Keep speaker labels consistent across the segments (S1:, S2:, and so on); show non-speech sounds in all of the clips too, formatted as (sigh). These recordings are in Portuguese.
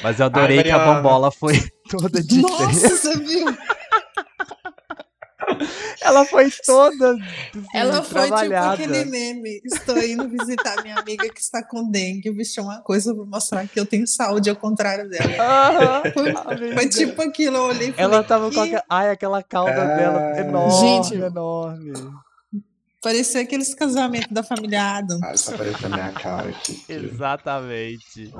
S1: Mas eu adorei
S2: Ai,
S1: que a
S2: Mariana.
S1: bombola foi (laughs) toda de (laughs)
S3: Nossa,
S1: três.
S3: você viu?
S1: Ela foi toda. assim,
S3: (laughs) Ela foi tipo
S1: trabalhada.
S3: aquele meme. Estou indo visitar minha amiga que está com dengue. Eu vesti uma coisa para mostrar que eu tenho saúde, ao contrário
S1: (laughs)
S3: dela.
S1: Aham,
S3: Foi,
S1: amiga.
S3: foi tipo aquilo, eu olhei e falei,
S1: Ah, Ela tava com
S3: "Ih,
S1: aquela. Ai, aquela cauda dela
S2: Ah.
S1: enorme,
S3: Gente.
S1: enorme.
S3: Parecia aqueles casamentos da família Adam.
S2: Ah, isso apareceu na minha cara aqui.
S1: Exatamente.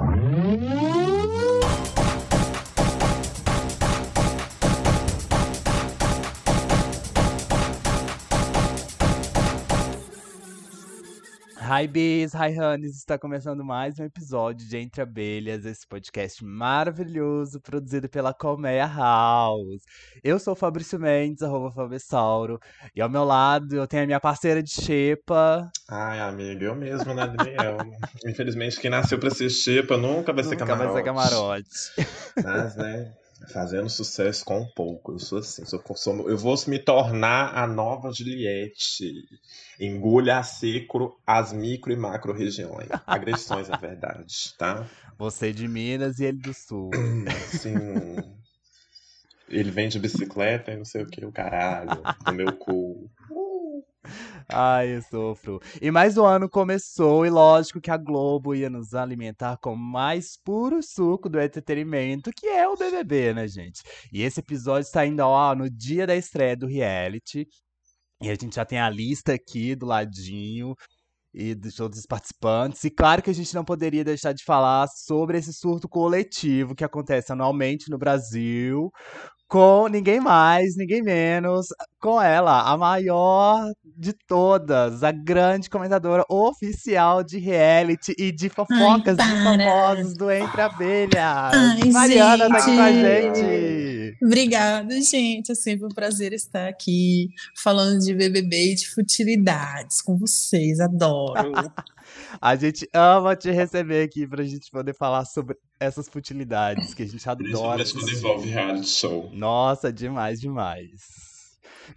S1: Hi Bees, hi Honeys, está começando mais um episódio de Entre Abelhas, esse podcast maravilhoso produzido pela Colmeia House. Eu sou o Fabrício Mendes, arroba Fabessauro, e ao meu lado eu tenho a minha parceira de xepa,
S2: Ai, amiga, eu mesmo, né, Daniel? Infelizmente, quem nasceu pra ser xepa nunca vai ser
S1: nunca
S2: camarote.
S1: vai ser camarote.
S2: Mas, né, fazendo sucesso com pouco. Eu sou assim, sou, sou- eu vou me tornar a nova Juliette. Engulha a seco as micro e macro regiões. Agressões, na verdade, tá?
S1: Você é de Minas e ele do Sul.
S2: Assim... Ele vem de bicicleta e não sei o que, o caralho, no meu cu.
S3: Uh,
S1: Ai, eu sofro. E mais um ano começou, e lógico que a Globo ia nos alimentar com o mais puro suco do entretenimento, que é o BBB, né, gente? E esse episódio está indo ao ar no dia da estreia do reality. E a gente já tem a lista aqui do ladinho e de todos os participantes. E claro que a gente não poderia deixar de falar sobre esse surto coletivo que acontece anualmente no Brasil. Com ninguém mais, ninguém menos, com ela, a maior de todas, a grande comentadora oficial de reality e de fofocas de
S3: para.
S1: famosos do Entre Abelhas.
S3: Ai,
S1: Mariana tá aqui com a
S2: gente.
S1: gente.
S3: Obrigada, gente. É sempre um prazer estar aqui falando de BBB e de futilidades com vocês. Adoro.
S1: A gente ama te receber aqui pra gente poder falar sobre essas futilidades que a gente adora.
S2: Principalmente quando envolve reality show.
S1: Nossa, demais, demais.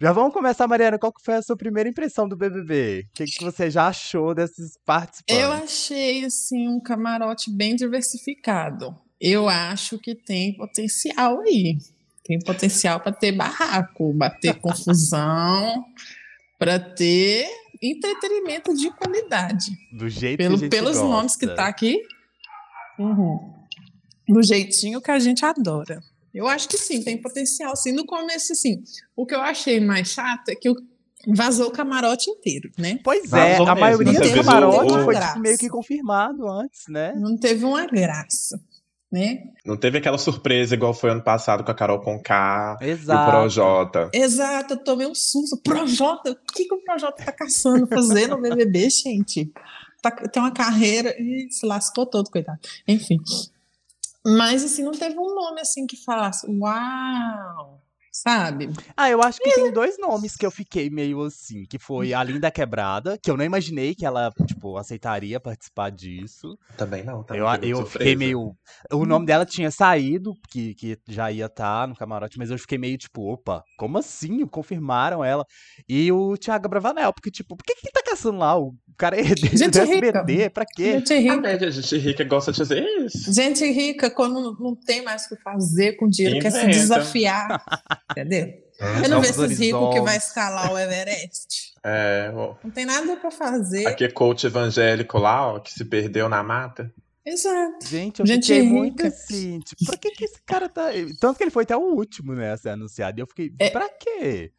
S1: Já vamos começar, Mariana. Qual que foi a sua primeira impressão do BBB? O que, que você já achou desses participantes?
S3: Eu achei assim um camarote bem diversificado. Eu acho que tem potencial aí. Tem potencial para ter barraco, bater confusão, (laughs) para ter entretenimento de qualidade.
S1: Do jeito que a
S3: Pelo,
S1: gente
S3: pelos
S1: gosta.
S3: nomes que tá aqui. uhum. Do jeitinho que a gente adora. Eu acho que sim, tem potencial. Sim, no começo, sim. O que eu achei mais chato é que o- vazou o camarote inteiro, né?
S1: Pois
S2: Vazou
S1: é, a
S2: mesmo,
S1: maioria
S3: né?
S1: do
S3: Teve
S1: camarote
S3: uma
S1: foi
S3: graça.
S1: meio que confirmado antes, né?
S3: Não teve uma graça, né?
S2: Não teve aquela surpresa igual foi ano passado com a Carol Conká e o
S1: Exato.
S2: Projota.
S3: Exato, eu tomei um susto. Projota, o que, que o Projota tá caçando fazer no BBB, gente? Tá- tem uma carreira e se lascou todo, coitado. Enfim. Mas, assim, não teve um nome, assim, que falasse, uau, sabe?
S1: Ah, eu acho que tem dois nomes que eu fiquei meio assim, que foi a Linda Quebrada, que eu não imaginei que ela, tipo, aceitaria participar disso.
S2: Também não, também.
S1: eu
S2: teve
S1: eu
S2: Tá surpresa.
S1: fiquei meio. O nome dela tinha saído, que, que já ia estar no camarote, mas eu fiquei meio tipo, opa, como assim? Confirmaram ela. E o Thiago Bravanel, porque, tipo, por que que tá caçando lá? O cara é
S3: Gente
S1: do SBT,
S3: rica.
S1: pra quê?
S3: Gente rica,
S2: Ah, A gente rica gosta de fazer isso.
S3: gente rica, quando não- não tem mais o que fazer com dinheiro, quer se
S2: Inventa.
S3: desafiar, entendeu? Eu não
S1: Novos
S3: vejo esses ricos que
S1: horizontes.
S3: vai escalar o Everest.
S2: É, ó,
S3: Não tem nada pra fazer.
S2: aqui é coach evangélico lá, ó, que se perdeu na mata.
S3: Exato.
S1: Gente, eu
S3: Gente
S1: fiquei muito
S3: rica.
S1: assim, tipo, pra que que esse cara tá. Tanto que ele foi até o último, né, a ser anunciado. E eu fiquei,
S3: É.
S1: pra quê?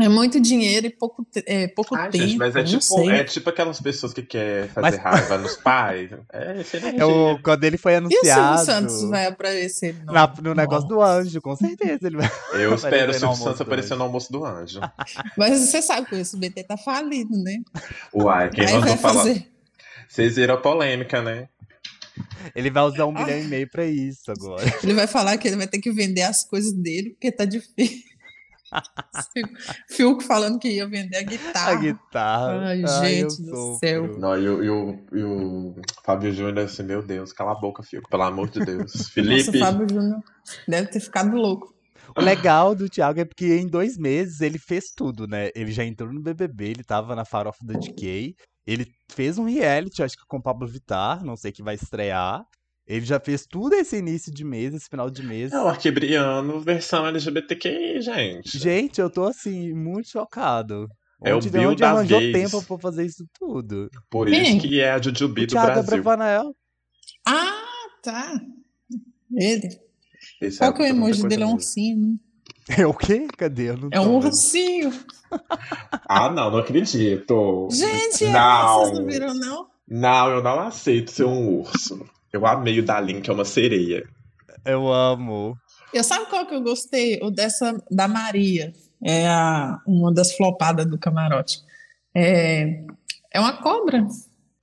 S3: É muito dinheiro e pouco, te- é, pouco
S2: Ai,
S3: tempo.
S2: gente, mas é
S3: não
S2: tipo,
S3: sei.
S2: é tipo aquelas pessoas que quer
S1: Mas-
S2: fazer raiva nos pais. É, esse é
S1: É o- quando ele foi
S3: E o
S1: anunciado.
S3: Silvio Santos né? vai aparecer? Não.
S1: na- no negócio do anjo, com certeza. Ele vai... Aparecendo
S2: Eu espero o Silvio
S1: no almoço
S2: Santos
S1: do Ah.
S2: aparecer no almoço do anjo.
S3: Mas você sabe que o SBT tá falido, né?
S2: Uai, quem
S3: Aí
S2: nós
S3: vai
S2: vamos falar?
S3: fazer.
S2: Vocês viram a polêmica, né?
S1: Ele vai usar
S3: Ah.
S1: um milhão e meio pra isso agora.
S3: Ele vai falar que ele vai ter que vender as coisas dele, porque
S1: (laughs)
S3: tá difícil. Fiuk falando que ia vender a
S1: (laughs)
S3: guitarra.
S1: A guitarra.
S3: Ah. Ai,
S1: eu
S3: gente do
S1: sofro.
S3: céu.
S2: Não, e o, e o, e o Fábio Júnior assim, meu Deus, cala a boca, Fico, pelo amor de Deus.
S3: Nossa, o
S2: Felipe,
S3: Fábio Júnior deve ter ficado louco.
S1: O legal do Thiago é porque em dois meses ele fez tudo, né? Ele já entrou no BBB, ele tava na farofa da DK. Ele fez um reality, acho que com o Pablo Vittar, não sei que vai estrear. Ele já fez tudo esse início de mês, esse final de mês.
S2: É o arquebriano versão LGBTQI, gente.
S1: Gente, eu tô assim, muito chocado.
S2: É o
S1: onde
S2: Bill
S1: onde
S2: das
S1: arranjou
S2: gays.
S1: tempo pra fazer isso tudo?
S2: Por
S3: Quem?
S2: isso que é a Jujubi
S1: O
S2: do
S1: Thiago
S2: Brasil.
S1: Abravanel.
S3: Ah, tá. Ele.
S2: Esse
S3: Qual
S2: é
S3: que é o
S2: muita
S3: emoji
S2: coisa
S3: dele? É um
S2: mesmo.
S3: ursinho, né?
S1: (laughs) É o quê? Cadê? Eu não
S3: É um
S1: tô vendo.
S3: ursinho.
S2: Ah, não, não acredito.
S3: Gente, é,
S2: Não.
S3: vocês não viram, não?
S2: Não, eu não aceito ser um urso. Eu amei o da Link, é uma sereia.
S1: Eu amo.
S3: Eu sabe qual que eu gostei? O dessa da Maria. É a, uma das flopadas do camarote. É, é uma cobra.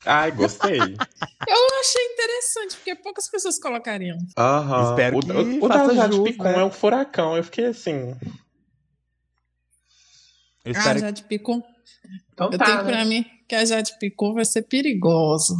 S2: Ai, gostei.
S3: Eu achei interessante, porque poucas pessoas colocariam.
S2: Aham.
S1: Espero
S2: o,
S1: que
S2: o, o
S1: faça
S2: da Jade
S1: jus,
S2: Picon
S1: né?
S2: é um furacão. Eu fiquei assim.
S1: Eu
S3: A
S1: espero que
S3: Jade Ah, Picon.
S2: Então
S3: Eu
S2: tá, né?
S3: tenho pra mim que a Jade Picon vai ser perigosa.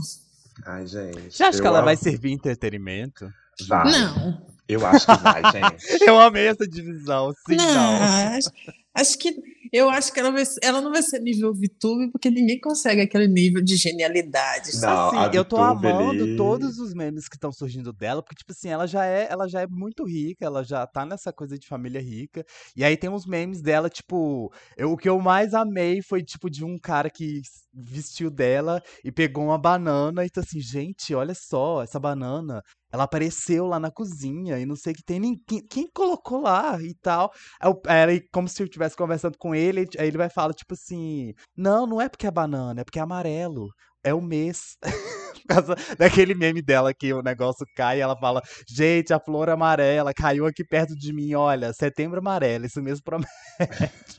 S2: Ai, gente.
S1: Você acha
S2: eu
S1: que ela
S2: amo-
S1: vai servir entretenimento? Ah,
S2: Vai.
S3: Não.
S2: Eu acho que vai, gente.
S1: Eu amei essa divisão, sim, não.
S3: Acho, acho que eu acho que ela vai ser- ela não vai ser nível VTube, porque ninguém consegue aquele nível de genialidade.
S2: Não.
S1: Assim,
S2: a
S1: eu tô
S2: Vitube
S1: amando
S2: ali-
S1: todos os memes que estão surgindo dela, porque, tipo assim, ela já é, ela já é muito rica, ela já tá nessa coisa de família rica. E aí tem uns memes dela, tipo, eu- o que eu mais amei foi, tipo, de um cara que s- vestiu dela e pegou uma banana e tá assim, gente, olha só, essa banana. Ela apareceu lá na cozinha e não sei o que tem ninguém. Quem colocou lá e tal? Aí o- aí Ela, como se eu estivesse conversando com ele, aí ele vai falar, tipo assim: Não, não é porque é banana, é porque é amarelo é o mês. (laughs) Por causa daquele meme dela que o negócio cai e ela fala: Gente, a flor amarela caiu aqui perto de mim. Olha, setembro amarelo, isso mesmo promete.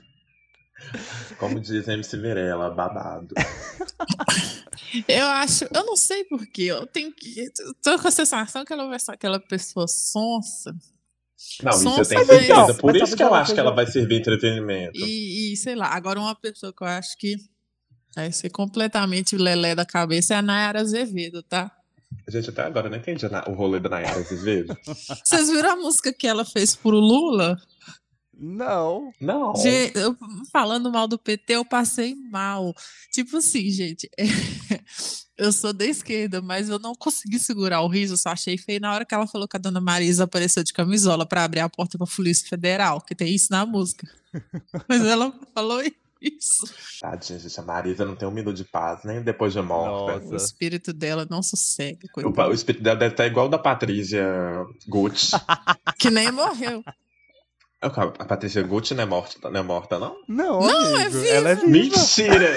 S2: Como diz MC Mirella, babado.
S3: Eu acho, eu não sei porquê. Eu tenho que. eu Tô com a sensação que ela vai ser aquela pessoa sonsa
S2: Não, isso eu
S3: Sonsa
S2: tenho
S3: mesmo.
S2: certeza.
S1: Mas
S2: Por
S1: sabe
S2: isso que
S1: de
S2: eu
S1: uma
S2: acho que
S1: coisa-
S2: ela vai servir entretenimento.
S3: é e, e, sei lá. Agora, uma pessoa que eu acho que vai ser completamente lelé da cabeça é a Nayara Azevedo, tá?
S2: Gente, até agora eu não entendi na- o rolê da Nayara Azevedo.
S3: Vocês viram a música que ela fez pro Lula?
S1: Não.
S2: Não.
S3: Gente, eu- falando mal do PT, eu passei mal. Tipo assim, gente, (laughs) eu sou da esquerda, mas eu não consegui segurar o riso, eu só achei feio na hora que ela falou que a dona Marisa apareceu de camisola para abrir a porta para a Polícia Federal, que tem isso na música. Mas ela falou isso.
S2: Tadinha, gente, a Marisa não tem um minuto de paz, nem depois de morta.
S1: Nossa.
S3: O espírito dela não sossega,
S2: O,
S3: coitada.
S2: pa- o espírito dela deve estar igual o da Patrícia Gucci. (laughs) É
S3: que nem morreu.
S2: A a Patrícia Gucci não é morta, não? É morta, não?
S1: Não,
S3: Não, é
S1: amigo,
S3: viva.
S1: ela é viva.
S3: (laughs)
S2: Mentira!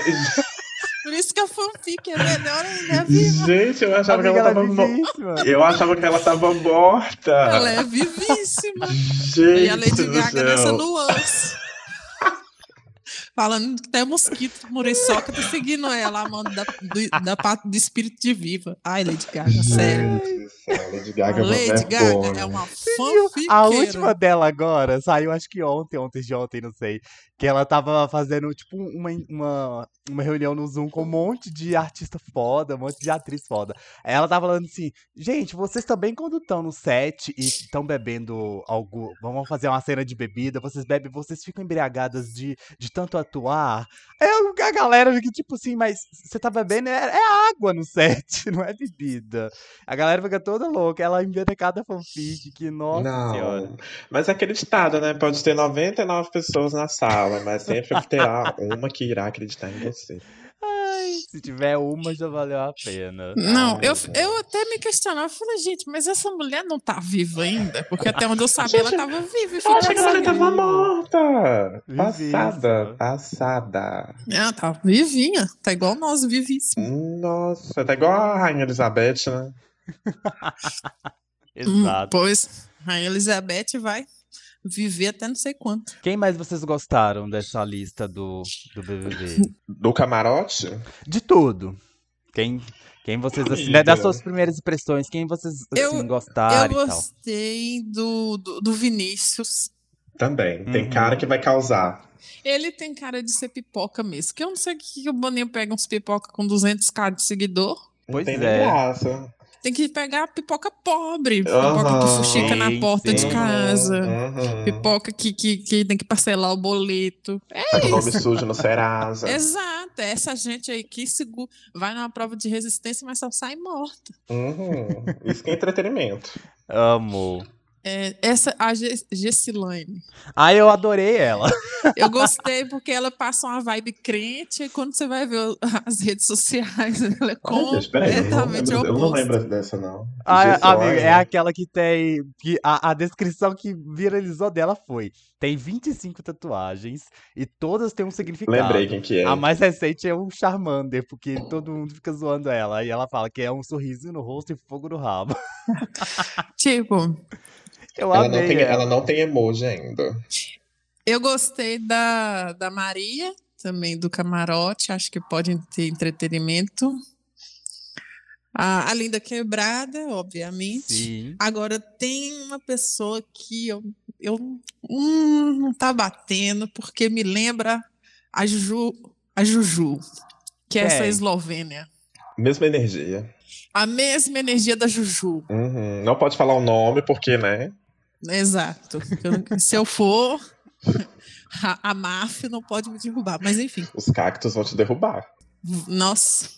S3: Por isso que a fanfic é melhor ainda, é viva.
S2: gente, eu achava que
S1: Amiga,
S2: ela
S1: ela é
S2: tava morta.
S1: vivíssima.
S2: Eu achava que ela tava morta.
S3: Ela é vivíssima.
S2: Gente,
S3: E a Lady
S2: do
S3: Gaga
S2: céu.
S3: nessa nuance. Falando que até mosquito, muriçoca, tá seguindo ela, amando da, do, da parte do espírito de viva. Ai, Lady Gaga, sério.
S2: Gente do céu, Lady
S3: A
S2: Gaga é uma
S3: Lady
S2: vergonha.
S3: Gaga é uma
S1: Viu?
S3: fanfiqueira.
S1: A última dela agora saiu, acho que ontem, ontem de ontem, não sei. Que ela tava fazendo, tipo, uma, uma, uma reunião no Zoom com um monte de artista foda, um monte de atriz foda. Aí ela tava falando assim: gente, vocês também, quando estão no set e estão bebendo algo, vamos fazer uma cena de bebida, vocês bebem, vocês ficam embriagadas de, de tanto atuar. Aí eu- a galera fica tipo assim: mas você tá bebendo? É, é água no set, (laughs) não é bebida. A galera fica toda louca, ela inventa cada fanfic que, nossa
S2: Não,
S1: senhora.
S2: mas é aquele ditado, né? Pode ter 99 pessoas na sala, mas sempre terá uma que irá acreditar em você.
S1: Ai, se tiver uma, já valeu a pena.
S3: Não, eu, eu até me questionava, eu falei, gente, mas essa mulher não tá viva ainda? Porque até onde eu sabia, ela
S2: Gente,
S3: tava viva e
S2: Eu
S3: ficou
S2: achei que ela já
S3: sabendo.
S2: tava morta.
S1: Vivíssima. né?
S2: Passada, passada.
S3: Ela tava vivinha, tá igual nós, vivíssima.
S2: Nossa, tá igual a Rainha Elizabeth, né?
S3: Hum,
S1: Exato.
S3: Pois, a Elizabeth vai viver até não sei quanto.
S1: Quem mais vocês gostaram dessa lista do, do BBB?
S2: Do camarote?
S1: De tudo. Quem, quem vocês, assim,
S2: Amiga.
S1: né, das suas primeiras impressões, quem vocês, assim,
S3: Eu- Eu
S1: gostaram e tal.
S3: gostei do, do, do Vinícius.
S2: Também. Tem
S1: Uhum.
S2: cara que vai causar.
S3: Ele tem cara de ser pipoca mesmo. Que eu não sei o que que o Boninho pega uns pipoca com 200k de seguidor.
S2: Não
S1: Pois
S2: tem
S1: é.
S2: nem graça.
S3: Tem que pegar a pipoca pobre.
S2: Aham,
S3: Pipoca que fuxica na
S1: Ah, sim,
S3: porta de
S1: sim. É.
S3: casa.
S2: Uhum.
S3: Pipoca que, que, que tem que parcelar o boleto. É
S2: Tá com o nome
S3: isso.
S2: sujo no
S1: Tá.
S2: Serasa.
S3: Exato. É essa gente aí que segu- vai numa prova de resistência, mas só sai morta.
S2: Uhum. Isso que é entretenimento.
S1: Amo.
S3: É, essa a Ge- Gessilane.
S1: Ai, Ah, eu adorei
S2: (laughs)
S1: ela.
S3: Eu gostei porque ela passa uma vibe crente e quando você vai ver o- as redes sociais, (laughs) ela é
S2: Ai, gente, peraí, eu não
S3: completamente
S2: lembro- eu não
S3: oposta.
S2: lembro dessa, não.
S1: Ai,
S2: Gessilane.
S1: amigo, é aquela que tem. Que a, a descrição que viralizou dela foi: tem 25 tatuagens e todas têm um significado.
S2: Lembrei quem que é.
S1: A mais recente é o Charmander, porque todo mundo fica zoando ela. E ela fala que é um sorrisinho no rosto e fogo no rabo. (laughs)
S3: Tipo,
S1: Eu
S2: Ela
S1: amei
S2: não, tem,
S1: ela.
S2: ela não tem emoji ainda.
S3: eu gostei da, da Maria, também do camarote, acho que pode ter entretenimento. A, a Linda Quebrada, obviamente.
S1: Sim.
S3: Agora, tem uma pessoa que eu, eu hum, não tá batendo, porque me lembra a, Ju, a Juju, que é essa
S1: Quem?
S3: Eslovênia.
S2: Mesma energia.
S3: A mesma energia da Juju.
S2: Uhum. Não pode falar o nome, porque, né?
S3: Exato. Eu- se eu for, a, a máfia não pode me derrubar. Mas enfim,
S2: Os cactos vão te derrubar.
S3: nossa.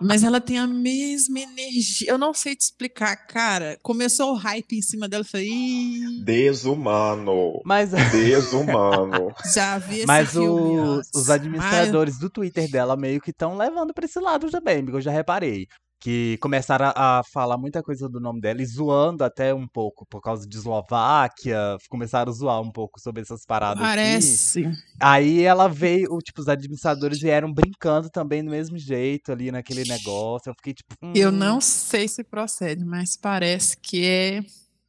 S3: Mas ela tem a mesma energia. Eu não sei te explicar, cara. Começou o hype em cima dela. Eu falei, "Ih,
S2: Desumano.
S1: Mas,
S2: Desumano.
S3: já vi esse
S1: mas
S3: filme.
S1: os,
S3: antes."
S1: os administradores do Twitter dela meio que estão levando pra esse lado também, porque eu já reparei. Que começaram a, a falar muita coisa do nome dela e zoando até um pouco por causa de Eslováquia. Começaram a zoar um pouco sobre essas
S3: Ai,
S1: paradas aqui.
S3: parece.
S1: Aí ela veio, tipo, os administradores vieram brincando também do mesmo jeito ali naquele negócio. Eu fiquei tipo.
S3: Eu
S1: hum,
S3: não sei se procede, mas parece que é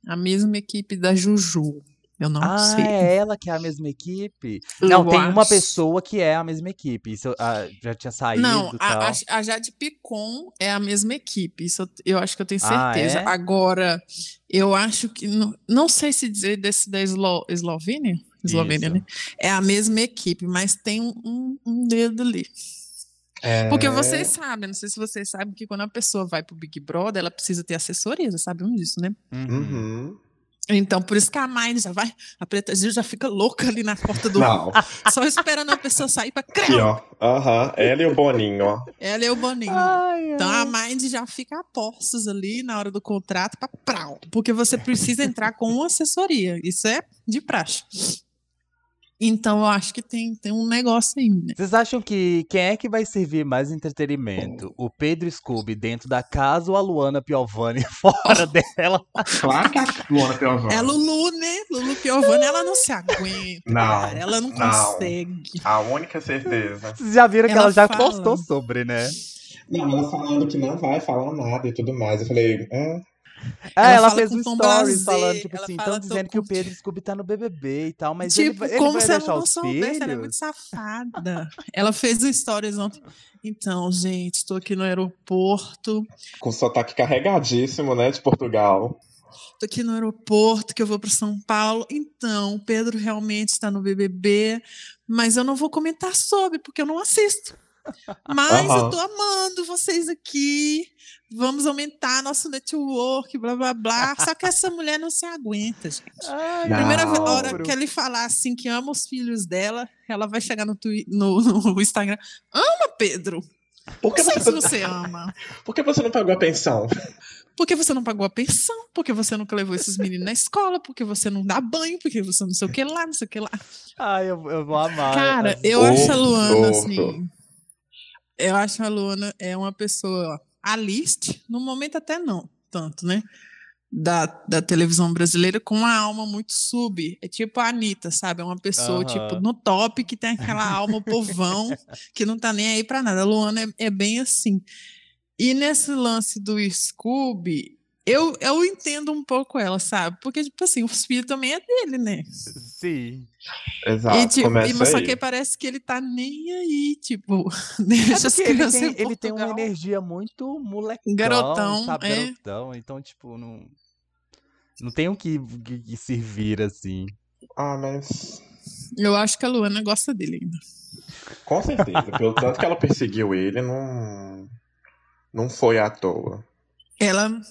S3: a mesma equipe da Juju. Eu não
S1: Ah,
S3: sei.
S1: é ela que é a mesma equipe?
S3: Eu
S1: não, tem uma
S3: acho.
S1: pessoa que é a mesma equipe. Isso eu, ah, já tinha saído
S3: Não,
S1: e tal.
S3: a, a- a Jade Picon é a mesma equipe, isso eu, eu acho que eu tenho
S1: Ah,
S3: certeza.
S1: é?
S3: Agora, eu acho que. Não, não sei se dizer desse da Eslo, Eslovênia? Eslovênia,
S1: Isso.
S3: né? É a mesma equipe, mas tem um, um- um dedo ali.
S2: (laughs) É.
S3: Porque vocês sabem, não sei se vocês sabem, que quando a pessoa vai pro Big Brother, ela precisa ter assessoria, vocês sabiam disso, né?
S1: Uhum.
S2: Uhum.
S3: Então, por isso que a Mind já vai, a Preta Gil já fica louca ali na porta do.
S2: Não,
S3: Só esperando a pessoa sair pra.
S2: aqui, ó. Aham. Ela e o Boninho, ó.
S3: Ela e o Boninho.
S1: Ai,
S3: Então a Mind já fica a postos ali na hora do contrato para prau, porque você precisa entrar com uma assessoria. Isso é de praxe. Então eu acho que tem, tem um negócio aí, né?
S1: Vocês acham que quem é que vai servir mais entretenimento? O Pedro Scooby dentro da casa ou a Luana Piovani (laughs)
S3: (laughs)
S1: fora dela?
S2: Claro que é a Luana Piovani.
S3: É Lulu, né? Lulu Piovani, ela não se aguenta.
S2: Não,
S3: cara. Ela não,
S2: não.
S3: consegue.
S2: A única certeza.
S1: Vocês já viram que
S3: Ela
S1: ela já
S3: fala.
S1: postou sobre, né?
S2: Não, ela falando que não vai falar nada e tudo mais. Eu falei, hum,
S1: Ah,
S3: Ela
S1: ela,
S3: fala
S1: fez
S3: com
S1: um
S3: tom
S1: stories
S3: blasé,
S1: falando, tipo
S3: ela
S1: assim,
S3: fala,
S1: estão
S3: tô
S1: dizendo que o
S3: com-
S1: Pedro Scooby tá no BBB e tal, mas ele,
S3: tipo,
S1: vai- ele
S3: como
S1: vai
S3: se ela
S1: deixar
S3: não
S1: os
S3: soubesse,
S1: filhos?
S3: ela é muito safada. ela fez um stories ontem. Então, gente, estou aqui no aeroporto.
S2: com sotaque carregadíssimo, né, de Portugal.
S3: Tô aqui no aeroporto, que eu vou para São Paulo. Então, o Pedro realmente está no BBB, mas eu não vou comentar sobre, porque eu não assisto. Mas eu
S2: Aham.
S3: tô amando vocês aqui. Vamos aumentar nosso network, blá blá blá. Só que essa mulher não se aguenta, gente.
S1: Ai,
S2: Não.
S3: Primeira
S2: Não.
S3: hora que ele falar assim que ama os filhos dela, ela vai chegar no, Twi- no, no Instagram. Ama, Pedro.
S2: Por
S3: Não
S2: que,
S3: sei
S2: você,
S3: se você ama.
S2: por que você não pagou a pensão?
S3: Porque você não pagou a pensão, porque você nunca levou esses meninos na escola, porque você não dá banho, porque você não sei o que lá, não sei o que lá.
S1: Ai, eu, eu vou amar.
S3: Cara,
S1: essa-
S3: eu
S2: Ô,
S3: acho a Luana,
S2: louco.
S3: assim. Eu acho a Luana é uma pessoa. A list, no momento até não, tanto, né? Da, da televisão brasileira com uma alma muito sub. É tipo a Anitta, sabe? É uma pessoa,
S1: Aham.
S3: tipo, no top que tem aquela alma
S1: (laughs)
S3: povão que não tá nem aí pra nada. A Luana é, é bem assim. E nesse lance do Scooby, eu, eu entendo um pouco ela, sabe? Porque, tipo assim, o filho também é dele, né?
S1: assim, Sim.
S2: Exato,
S3: e, tipo, e,
S2: Tá, começa
S3: mas só
S2: aí.
S3: que parece que ele tá nem aí, tipo, (laughs)
S1: É
S3: deixa as
S1: porque ele,
S3: crianças
S1: tem,
S3: em
S1: ele tem uma
S3: Portugal. Um
S1: energia muito molecão,
S3: Garotão,
S2: Tá,
S1: sabe?
S3: é.
S1: Garotão. Então, tipo, não, não tem o que, que- que servir, assim.
S2: Ah, mas
S3: Eu acho que a Luana gosta dele ainda.
S2: com certeza. Pelo tanto que ela perseguiu ele, não, não foi à toa.
S3: Ela,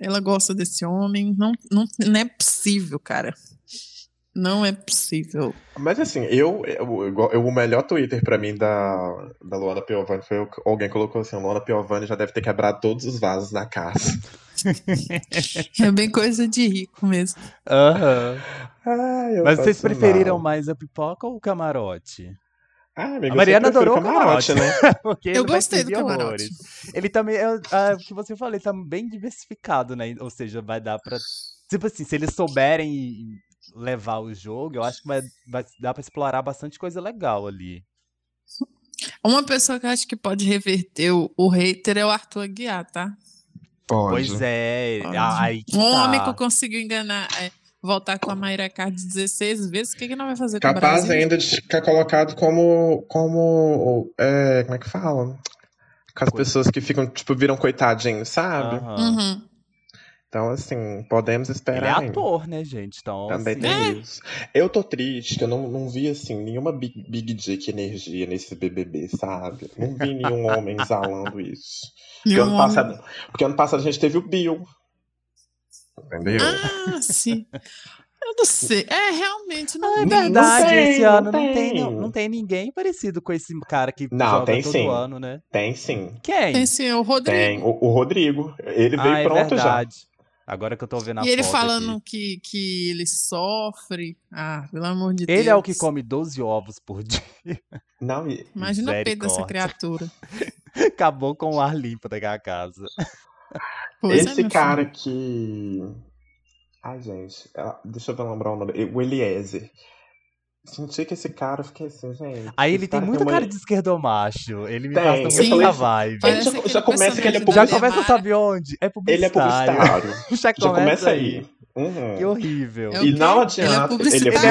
S3: ela gosta desse homem. Não, não, não é possível, cara. Não é possível.
S2: Mas assim, eu, eu, eu- o melhor Twitter pra mim da, da Luana Piovani foi o- alguém colocou assim, Luana Piovani já deve ter quebrado todos os vasos da casa.
S3: É bem coisa de rico mesmo.
S1: Aham.
S2: Ai, eu
S1: Mas vocês
S2: passo
S1: preferiram
S2: mal.
S1: mais a pipoca ou o camarote?
S2: Ah, amiga,
S1: A Mariana
S2: eu sempre
S1: adorou o
S2: prefiro camarote, né?
S1: (laughs) Porque
S3: Eu
S1: ele vai
S3: gostei do
S1: servir
S3: camarote.
S1: Ele também, é, é, o que você falou, ele tá bem diversificado, né? Ou seja, vai dar pra. Tipo assim, se eles souberem e- e levar o jogo, eu acho que vai, vai dar pra explorar bastante coisa legal ali.
S3: Uma pessoa que eu acho que pode reverter o, o hater é o Arthur Aguiar, tá?
S2: Pode.
S1: Pois é,
S3: Pode.
S1: aí que
S3: Um homem
S1: tá.
S3: que conseguiu enganar, é, voltar com a Mayra Card 16 vezes, o que, que não vai
S1: é.
S3: fazer com o
S2: Capaz
S3: Brasil?
S2: ainda de ficar colocado como. como. é, como é que fala? Com as
S1: Coi-
S2: pessoas que ficam, tipo, viram coitadinho, sabe?
S1: Aham.
S3: Uhum.
S2: Então, assim, podemos
S1: Ele é
S2: esperar. ainda.
S1: ator, né, gente? Então,
S2: Também
S1: assim,
S3: É.
S2: tem isso. Eu tô triste que eu não, não vi, assim, nenhuma Big, big Dick energia nesse BBB, sabe? Não vi nenhum
S3: (laughs)
S2: homem exalando isso. Porque
S3: E um
S2: ano,
S3: homem-
S2: passado, porque ano passado a gente teve o Bill. Entendeu?
S1: (laughs)
S3: Ah, sim. Eu não sei. É, realmente, não
S1: É
S2: Ah, Não- não
S1: verdade,
S2: tem,
S1: esse
S2: não
S1: ano não tem,
S2: tem.
S1: não, não tem ninguém parecido com esse cara que
S2: Não,
S1: joga
S2: tem
S1: todo
S2: sim.
S1: ano, né?
S2: Tem sim.
S1: Quem?
S3: tem sim, é o
S2: Tem.
S3: Rodrigo.
S2: O, o Rodrigo. Ele veio
S1: ah, é
S2: pronto já.
S1: verdade. Agora que eu tô vendo a
S3: E ele
S1: foto aqui.
S3: falando que, que ele sofre. Ah, pelo amor de Deus.
S1: Ele é o que come 12 ovos por (laughs) dia.
S2: Não, e-
S3: Imagina o peito dessa
S1: Misericórdia.
S3: criatura.
S1: Acabou com o ar limpo daquela casa.
S3: Pois é,
S2: esse
S3: meu
S2: cara
S3: filho.
S2: que. Ai, gente. ah, Deixa eu lembrar o nome. O Eliezer. Senti que esse cara, eu fiquei assim, gente.
S1: Aí
S2: esse
S1: ele tem
S2: cara
S1: muita
S2: uma-
S1: cara de esquerdo macho. Ele me
S2: Tem,
S1: passa
S2: eu
S1: muito
S3: falei
S1: essa
S2: isso.
S1: vibe.
S2: Ele
S3: Parece
S2: já,
S3: aquele
S2: já começa que ele
S1: Já
S2: é
S3: personagem
S2: publicitário.
S3: da
S1: começa,
S3: Mara.
S1: sabe onde? É
S2: Ele é
S1: publicitário. (laughs) Já
S2: publicitário. Já
S1: começa,
S2: começa
S1: aí.
S2: aí. Uhum.
S1: Que horrível.
S3: É
S1: É,
S3: o
S2: E
S3: quê?
S2: não
S3: Ele é
S2: adianta, ele é
S3: publicitário.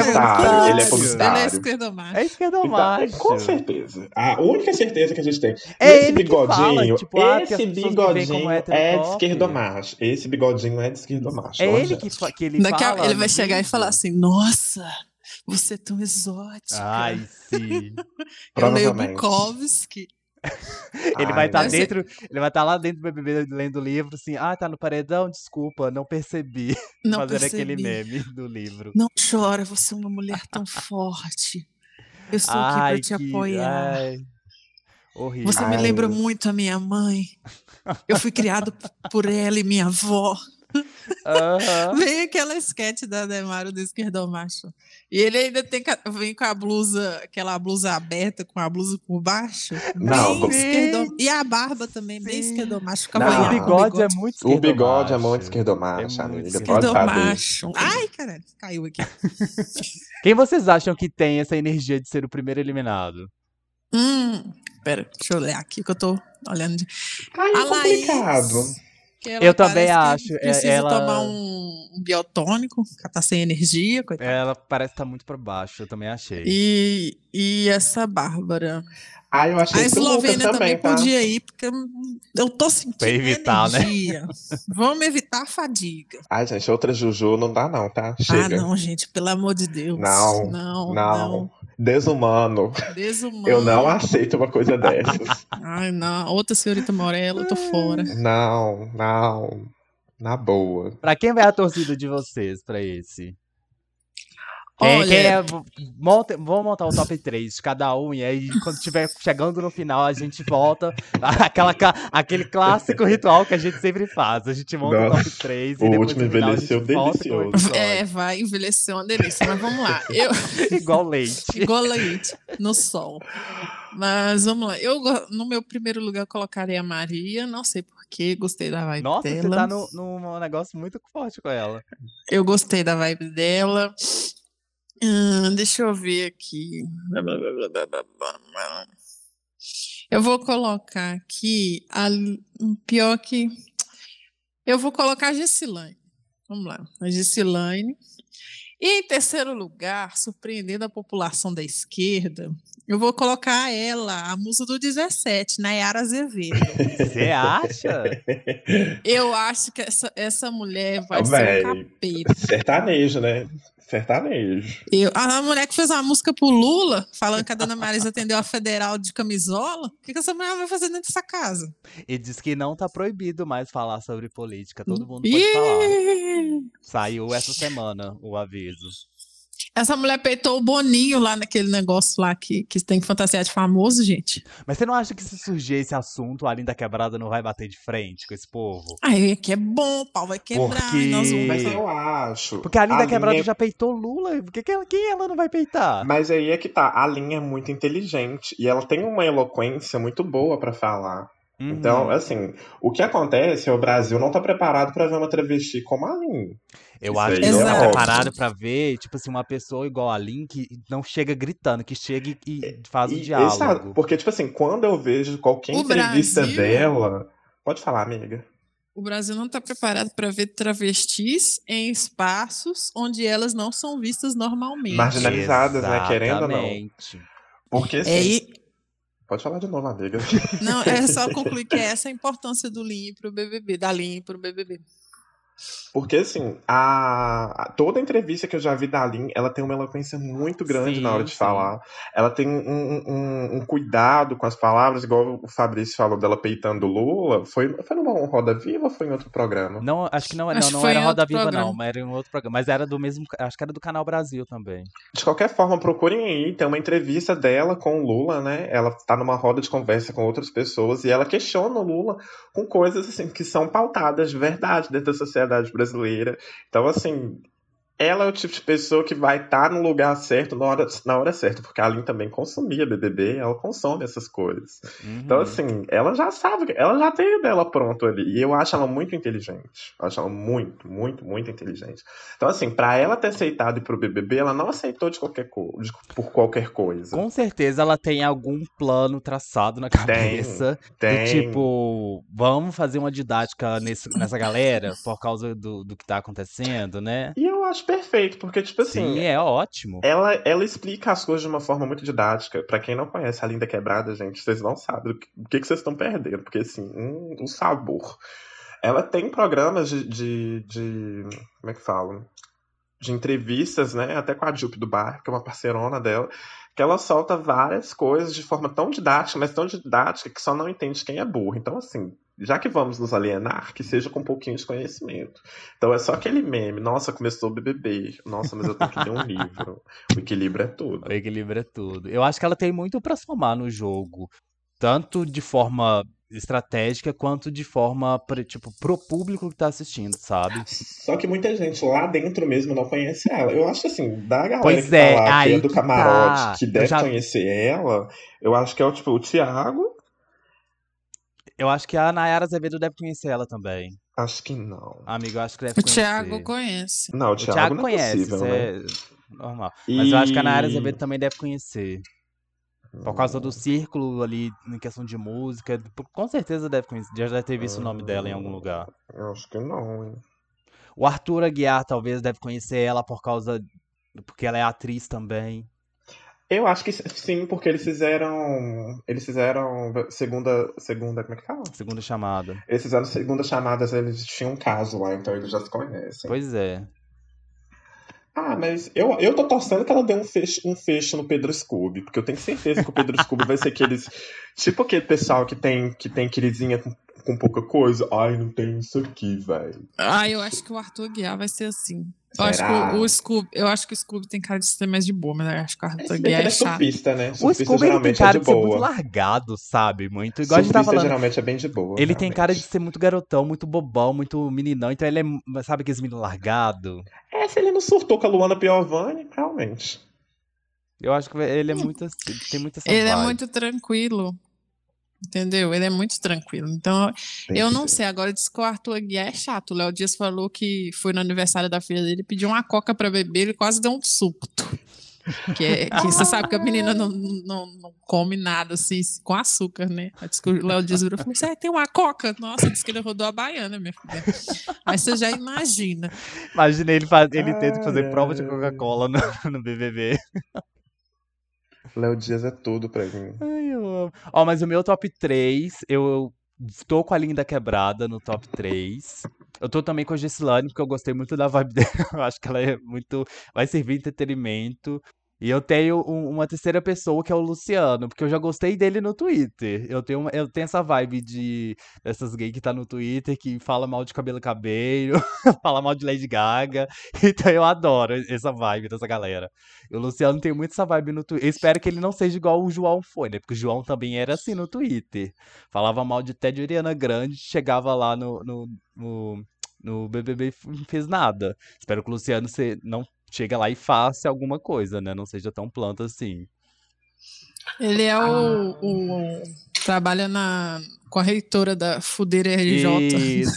S2: publicitário, ele é
S1: publicitário.
S3: Ele é
S2: publicitário.
S3: esquerdomacho.
S1: esquerdo
S2: Então,
S1: macho.
S2: com certeza. A única certeza que a gente tem.
S1: É
S2: esse
S1: ele que fala,
S2: bigodinho,
S1: tipo, ah, que as
S2: esse
S1: pessoas me veem como
S2: bigodinho
S1: hétero
S2: é de
S1: top.
S2: esquerdomacho. Esse bigodinho é de esquerdomacho.
S1: É
S2: não
S1: ele que,
S2: adianta.
S1: fa- que ele
S3: Daqui a,
S1: fala.
S3: ele
S1: no
S3: vai chegar e
S1: vídeo?
S3: falar assim: Nossa, você é tão exótica.
S1: Ai, sim.
S3: eu leio
S2: Provavelmente.
S3: Bukowski.
S1: Ele
S3: Ah,
S2: Ai,
S1: vai estar
S2: meu
S3: Deus.
S1: dentro, ele vai estar lá dentro do BBB lendo o livro, assim, ah, tá no paredão, desculpa, não percebi.
S3: (laughs) Não
S1: Fazendo
S3: percebi.
S1: aquele meme do livro.
S3: Não chora, você é uma mulher tão forte. Eu sou
S1: Ai,
S3: aqui pra te
S1: que-
S3: apoiar.
S1: ai, horrível.
S3: Você me
S2: Ai.
S3: lembra muito a minha mãe. Eu fui criado p- por ela e minha avó.
S1: (laughs) Aham.
S3: Vem aquela sketch da Demário do Esquerdão Macho. E ele ainda tem ca- vem com a blusa, aquela blusa aberta, com a blusa por baixo.
S2: Não,
S3: bem
S2: go-
S3: esquerdão- E a barba também, bem
S1: Sim.
S3: esquerdão macho.
S2: Não,
S1: o
S3: cavanhaque,
S1: bigode,
S2: o
S1: é muito esquerdo.
S2: o bigode é muito
S1: esquerdo.
S2: esquerdomacho,
S1: É muito
S2: amiga. Pode
S3: Esquerdão
S2: saber.
S3: macho.
S1: é
S3: Ai, caralho, caiu aqui.
S1: Quem vocês acham que tem essa energia de ser o primeiro eliminado?
S3: Hum, pera, deixa eu olhar aqui que eu tô olhando. de-
S2: Ai,
S3: A
S2: é complicado.
S3: Laís, que ela
S1: Eu também
S3: parece que
S1: acho, é,
S3: Precisa
S1: ela-
S3: tomar um, um biotônico, que ela tá sem energia, coitada.
S1: Ela parece estar muito pra baixo, eu também achei.
S3: E, e essa Bárbara.
S2: Ai, eu achei
S3: A
S2: que Lucas
S3: Eslovênia também,
S2: também, tá?
S3: podia ir, porque eu- eu tô sentindo
S1: Pra evitar, né?
S3: energia. Vamos evitar a fadiga.
S2: Ai, gente, outra Juju não dá não, tá? Chega.
S3: Ah, não, gente, pelo amor de Deus.
S2: Não,
S3: não.
S2: Não. Desumano.
S3: não. Desumano.
S2: Eu não aceito uma coisa dessas.
S3: Ai, não. Outra senhorita Morella, eu tô fora.
S2: não, não. Na boa.
S1: Pra quem vai a torcida de vocês pra esse? Quem,
S3: Olha-
S1: quem é, monta, vamos montar o top 3 de cada um, e aí quando estiver chegando no final, a gente volta (laughs) aquela, ca- aquele clássico ritual que a gente sempre faz. A gente monta o top 3 e
S2: O
S1: depois
S2: último
S1: no final, a
S2: envelheceu
S1: gente volta com o
S2: delicioso.
S1: episódio.
S3: É, vai envelhecer uma delícia, mas vamos lá. Eu,
S1: (laughs) Igual leite.
S3: (laughs) igual leite, no sol. Mas vamos lá. Eu, go- no meu primeiro lugar, eu colocaria a Maria. Não sei porquê, gostei da vibe
S1: Nossa,
S3: dela.
S1: você tá no- num negócio muito forte com
S2: (laughs)
S1: ela.
S3: Eu gostei da vibe dela. Hum, deixa eu ver aqui. Eu vou colocar aqui a L- um pior que eu vou colocar a Gessilane. Vamos lá, a Gessilane. E em terceiro lugar, surpreendendo a população da esquerda, eu vou colocar ela, a musa do 17, Nayara Azevedo.
S1: Você acha?
S3: Eu acho que essa, essa mulher vai ser um
S2: Véi.
S3: capeta.
S2: Sertanejo, né? Sertanejo.
S3: Eu, "Ah, a mulher que fez uma música pro Lula, falando que a dona Marisa atendeu a federal de camisola, o que, que essa mulher vai fazer dentro dessa casa?
S1: E diz que não tá proibido mais falar sobre política. Todo mundo pode falar. né?
S3: Ih!
S1: Saiu essa semana o aviso.
S3: Essa mulher peitou o Boninho lá naquele negócio lá que, que tem fantasia de famoso, gente.
S1: Mas você não acha que se surgir esse assunto, a Linda Quebrada não vai bater de frente com esse povo?
S3: Aí é que é bom, o pau vai quebrar.
S1: Porque-
S3: e nós
S2: Mas é
S3: vamos...
S1: E-
S2: eu acho.
S1: Porque a Linda
S2: a
S1: Quebrada
S2: linha-
S1: já peitou Lula. Por que que ela- quem ela não vai peitar?
S2: Mas aí é que tá. A linha é muito inteligente e ela tem uma eloquência muito boa pra falar. Então,
S1: Uhum.
S2: assim, o que acontece é o Brasil não tá preparado pra ver uma travesti como a Lin.
S1: Eu
S2: Isso
S1: acho
S2: aí
S1: que não tá
S3: é óbvio.
S1: preparado pra ver, tipo assim, uma pessoa igual a Lin que não chega gritando, que chega e, e faz o
S2: É, E esse a-
S1: diálogo.
S2: porque, tipo assim, quando eu vejo qualquer
S3: O
S2: entrevista
S3: Brasil-
S2: dela. Pode falar, amiga.
S3: O Brasil não está preparado para ver travestis em espaços onde elas não são vistas normalmente.
S2: Marginal- marginalizadas, né, querendo ou não.
S1: Exatamente.
S2: Porque assim.
S3: É, e-
S2: Pode falar de novo, amiga.
S3: não, é só concluir que essa é a importância do Lean para o BBB, da Lean para o BBB.
S2: Porque assim, a... a- toda entrevista que eu já vi da Lin, ela tem uma eloquência muito grande
S1: Sim,
S2: na hora de
S1: sim.
S2: falar. Ela tem um, um- um- um cuidado com as palavras, igual o Fabrício falou dela peitando o Lula. Foi, foi numa Roda Viva ou foi em outro programa?
S1: Não, acho que não,
S3: Acho
S1: não,
S3: que
S1: não
S3: foi
S1: era
S3: em
S1: Roda
S3: outro
S1: Viva, não,
S3: programa.
S1: mas era em um outro programa. Mas era do mesmo. Acho que era do Canal Brasil também.
S2: De qualquer forma, procurem aí, tem uma entrevista dela com o Lula, né? Ela tá numa roda de conversa com outras pessoas e ela questiona o Lula com coisas assim que são pautadas de verdade dentro da sociedade brasileira. Então, assim, ela é o tipo de pessoa que vai estar no lugar certo na hora, na hora certa, porque a Aline também consumia BBB, ela consome essas coisas. Então,
S1: Uhum.
S2: assim, ela já sabe, ela já tem o dela pronto ali. E eu acho ela muito inteligente. Eu acho ela muito, muito, muito inteligente. Então, assim, pra ela ter aceitado ir pro BBB, ela não aceitou de qualquer co de- por qualquer coisa.
S1: Com certeza ela tem algum plano traçado na cabeça.
S2: tem.
S1: Do tipo, vamos fazer uma didática nesse- nessa galera por causa do, do que tá acontecendo, né?
S2: E eu acho perfeito, porque, tipo assim,
S1: Sim, é ótimo.
S2: Ela, ela explica as coisas de uma forma muito didática. Pra quem não conhece a Linda Quebrada, gente, vocês não sabem o que, o que que vocês estão perdendo. Porque, assim, hum, o sabor. Ela tem programas de, de, de- Como é que fala? De entrevistas, né? Até com a Jupe do Bar, que é uma parceirona dela. Que ela solta várias coisas de forma tão didática, mas tão didática que só não entende quem é burro. Então, assim, já que vamos nos alienar, que seja com um pouquinho de conhecimento. Então é só aquele meme. Nossa, começou o BBB. Nossa, mas eu tenho que ler um livro. O equilíbrio é tudo.
S1: O equilíbrio é tudo. Eu acho que ela tem muito pra somar no jogo, tanto de forma estratégica quanto de forma pra, tipo pro público que tá assistindo, sabe?
S2: Só que muita gente lá dentro mesmo não conhece ela. Eu acho assim, da galera
S1: Pois
S2: que
S1: é,
S2: tá lá, que é
S1: aí
S2: do
S1: que
S2: camarote,
S1: tá.
S2: que
S1: Eu
S2: deve
S1: já-
S2: conhecer ela, eu acho que é o tipo o Thiago.
S1: Eu acho que a Nayara Azevedo deve conhecer ela também.
S2: Acho que não.
S1: Amigo, eu acho que deve
S3: O
S1: conhecer.
S3: Thiago conhece.
S2: Não, o,
S1: O
S2: Thiago,
S1: Thiago
S2: não é
S1: conhece,
S2: possível,
S1: isso
S2: né?
S1: é normal. Mas eu acho que é a Nayara Azevedo também deve conhecer. Por causa do círculo ali, em questão de música, com certeza deve conhecer. Já deve ter visto o nome dela em algum lugar.
S2: Eu acho que não, hein?
S1: O Arthur Aguiar talvez deve conhecer ela por causa. Porque ela é atriz também.
S2: Eu acho que sim, porque eles fizeram. Eles fizeram segunda. Segunda. Como é que fala?
S1: Segunda chamada.
S2: Eles fizeram segunda chamadas, eles tinham um caso lá, então eles já se conhecem.
S1: Pois é.
S2: Ah, mas eu, eu tô torcendo que ela dê um fecho, um fecho no Pedro Scooby, porque eu tenho certeza que o Pedro Scooby vai ser aqueles. (laughs) Tipo aquele pessoal que tem, que tem queridinha com, com pouca coisa. Ai, não tem isso aqui, velho.
S3: Ah, eu acho que o Arthur Guiar vai ser assim. Eu acho,
S2: Será?
S3: que o, o Scooby, eu acho que o Scooby tem cara de ser mais de boa, mas eu acho
S2: (laughs)
S3: que o Arthur
S2: Esse daqui
S3: Guiar
S2: é
S3: é chato.
S2: surfista, né?
S1: O
S2: Surfista
S1: Scooby ele tem
S2: geralmente é
S1: cara
S2: de
S1: de ser muito
S2: boa.
S1: largado, sabe? Muito. Igual a gente
S2: Surfista
S1: tá falando.
S2: geralmente é bem de boa.
S1: Ele tem cara de
S2: realmente.
S1: ser muito garotão, muito bobão, muito meninão. Então ele é. Sabe aqueles menino largado?
S2: É, se ele não surtou com a Luana Piovani, realmente.
S1: Eu acho que ele é muito. assim, Tem muita essa
S3: Ele é
S1: vibe.
S3: muito tranquilo. Entendeu? Ele é muito tranquilo. Então, eu não sei. Agora diz que o Arthur Aguiar é chato. O Léo Dias falou que foi no aniversário da filha dele, pediu uma coca pra beber, ele quase deu um surto. Que, é- que você sabe que a menina não, não, não come nada assim, com açúcar, né? Aí diz que o Léo Dias virou e falou: Você tem uma coca? Nossa, disse que ele rodou a baiana, minha filha. Aí você já imagina.
S1: Imagina ele, faz, ele tenta
S2: Ai,
S1: fazer prova de
S2: ai.
S1: Coca-Cola no, (laughs) no BBB.
S2: Léo Dias é tudo pra mim.
S1: Ai, eu amo. Ó, mas o meu top 3, eu estou com a Linda Quebrada no top 3. Eu tô também com a Gessilane, porque eu gostei muito da vibe (laughs) dela. Eu acho que ela é muito. Vai servir de entretenimento. E eu tenho um- uma terceira pessoa que é o Luciano, porque eu já gostei dele no Twitter. Eu tenho, uma- eu tenho essa vibe de essas gays que tá no Twitter, que fala mal de cabelo cabelo, (laughs) fala mal de Lady Gaga. Então eu adoro essa vibe dessa galera. E o Luciano tem muito essa vibe no Twitter. Eu espero que ele não seja igual o João foi, né? Porque o João também era assim no Twitter. Falava mal de até de Ariana Grande, chegava lá no, no, no, no BBB e não fez nada. Espero que o Luciano se- não chega lá e faça alguma coisa, né? Não seja tão planta assim.
S3: Ele é o, o- trabalha na correitora da Fudeira RJ.
S1: Isso.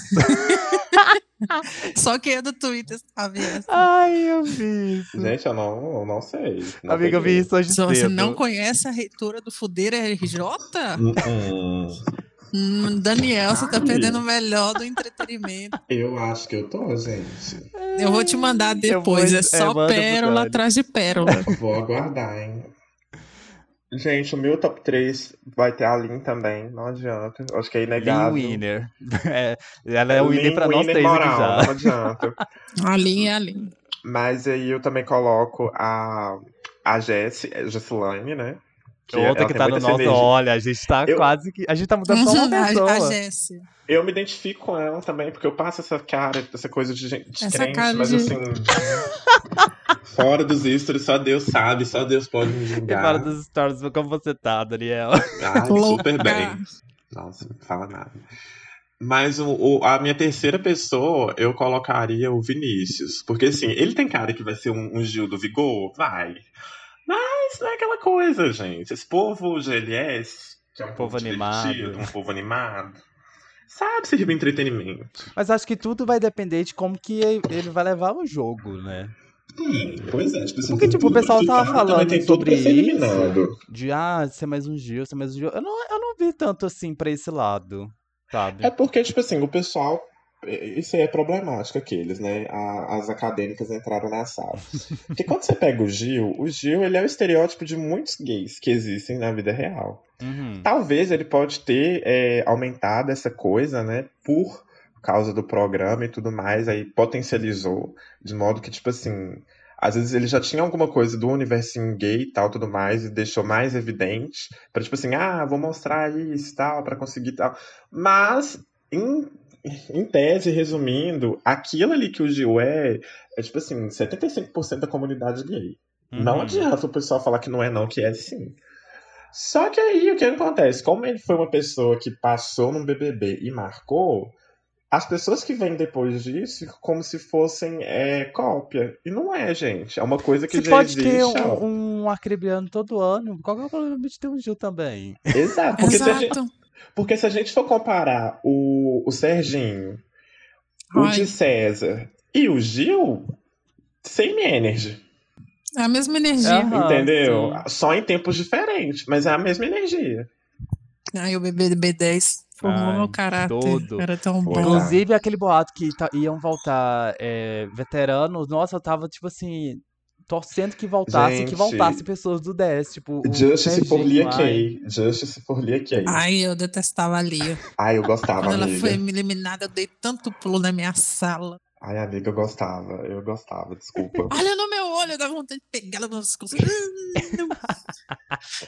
S3: Só quem é do Twitter sabe essa.
S1: (laughs) Ai, eu vi isso.
S2: Gente, eu não, eu não sei. Não
S1: Amiga, eu vi
S2: peguei.
S1: isso hoje
S3: Se Você
S1: cedo.
S3: não conhece a reitora do Fudeira RJ?
S2: Hum, hum.
S3: Hum, Daniel, você tá
S2: Ai.
S3: perdendo o melhor do entretenimento.
S2: (laughs) Eu acho que eu tô, gente.
S3: Eu vou te mandar depois.
S1: vou-
S3: É só
S1: é, manda pro
S3: pérola
S1: Dani.
S3: atrás de pérola.
S2: Vou aguardar, hein? Gente, o meu top 3 vai ter a Lin também, não adianta. Eu Acho que é
S1: Lin
S2: inegável.
S1: Winner. (laughs) É, ela é o
S2: Lin
S1: winner pra nós
S2: winner
S1: três aqui
S2: moral,
S1: já.
S2: Não adianta.
S3: A linha é a linha.
S2: Mas aí eu também coloco a, a Jess, a Jessilane, né? Que
S1: Outra
S2: ela
S1: que
S2: tem
S1: tá no
S2: muita
S1: nosso.
S2: sinergia.
S1: Olha, a gente tá
S2: Eu-
S1: quase que. (laughs) A gente tá mudando só uma
S3: Uhum, (laughs) a, a
S1: pessoa.
S3: Jessie.
S2: Eu me identifico com ela também, porque eu passo essa cara, essa coisa de gente
S3: Essa
S2: crente,
S3: cara
S2: mas
S3: de-
S2: assim. (laughs) fora dos stories, só Deus sabe, só Deus pode me
S1: E fala
S2: julgar.
S1: dos stories, como você tá,
S2: (laughs)
S1: Daniel?
S2: Ai, super
S3: (laughs) Louca.
S2: bem. Nossa, não fala nada. Mas o, o- a minha terceira pessoa, eu colocaria o Vinícius. Porque, assim, ele tem cara que vai ser um, um Gil do Vigor? Vai. Mas não é aquela coisa, gente. Esse povo GLS, que é um povo,
S1: Povo animado.
S2: divertido, um povo animado, sabe servir entretenimento.
S1: Mas acho que tudo vai depender de como que ele vai levar o jogo, né?
S2: Sim, pois é. assim,
S1: Porque,
S2: tem
S1: tipo, o
S2: tudo pra
S1: pessoal
S2: ficar,
S1: tava
S2: também
S1: falando
S2: tem tudo pra
S1: sobre
S2: ser
S1: isso.
S2: eliminado.
S1: De, ah, ser mais um Gil, ser mais um Gil. Eu não, eu não vi tanto assim pra esse lado, sabe?
S2: É porque, tipo assim, o pessoal. Isso aí é problemático aqueles, né? A- as acadêmicas entraram na sala. Porque quando você pega o Gil, o Gil ele é o estereótipo de muitos gays que existem na vida real. tá,
S1: Uhum.
S2: Talvez ele pode ter é, aumentado essa coisa, né? Por causa do programa e tudo mais, aí potencializou, de modo que, tipo assim, às vezes ele já tinha alguma coisa do universinho gay e tal, tudo mais, e deixou mais evidente, pra, tipo assim, ah, vou mostrar isso e tal, pra conseguir tal. Mas, em, em tese, resumindo, aquilo ali que o Gil é, é, tipo assim, 75% da comunidade gay. Não
S1: uhum.
S2: adianta o pessoal falar que não é não, que é sim. Só que aí o que acontece? Como ele foi uma pessoa que passou num BBB e marcou, as pessoas que vêm depois disso ficam como se fossem é, cópia. E não é, gente. É uma coisa que
S1: Você
S2: já
S1: pode
S2: existe.
S1: ter
S2: ó.
S1: um, um arcrebiano todo ano. Qual que é o problema de ter um Gil também?
S2: Exato. Porque, Se a gente,
S3: Exato.
S2: porque se a gente for comparar o, o Serginho,
S1: um
S2: o
S3: Ai,
S2: de César e o Gil, sem energy.
S3: é a mesma energia.
S1: Aham,
S2: Entendeu?
S1: sim.
S2: Só em tempos diferentes, mas é a mesma energia.
S3: Ai, o BBB 10 formou
S1: É. Ai,
S3: meu caráter.
S1: todo.
S3: Era tão
S2: Foi.
S3: bom.
S1: Inclusive, aquele boato que tá- iam voltar é, veteranos. Nossa, eu tava, tipo assim, torcendo que voltasse, que
S2: Gente.
S1: voltasse pessoas do 10. Tipo, o
S2: Justice por Lia
S1: Serginho, ai.
S2: Kay. Justice por Lia Kay.
S3: Ai, eu detestava a Lia.
S2: Ai, eu gostava,
S3: Quando ela
S2: amiga.
S3: foi eliminada, eu dei tanto pulo na minha sala.
S2: Ai, amiga, eu gostava. Eu gostava,
S3: (laughs)
S2: desculpa.
S3: Olha no meu olho, eu dava vontade de pegar ela pelas costas. Hum, não.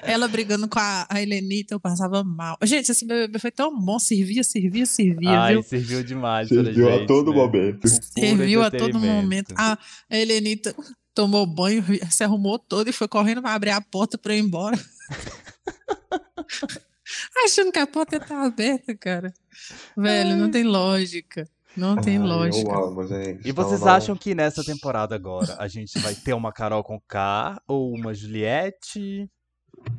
S3: Ela brigando com a, a Helenita, eu passava mal. Gente, esse BBB foi tão bom. Servia, servia, servia,
S1: Ai,
S3: viu?
S1: serviu demais pra
S2: Serviu
S1: gente,
S2: a todo
S1: né?
S2: momento.
S1: O puro
S3: Serviu a todo
S1: entretenimento.
S3: momento. Ah, A, a Helenita tomou banho, (laughs) se arrumou toda e foi correndo pra abrir a porta pra eu ir embora. (laughs) Achando que a porta tá aberta, cara. Velho, não tem lógica. Não tem
S2: Ai,
S3: lógica.
S2: Eu amo, gente.
S1: E
S2: Não,
S1: vocês
S2: não.
S1: acham que nessa temporada agora a gente vai ter uma Carol com K ou uma Juliette?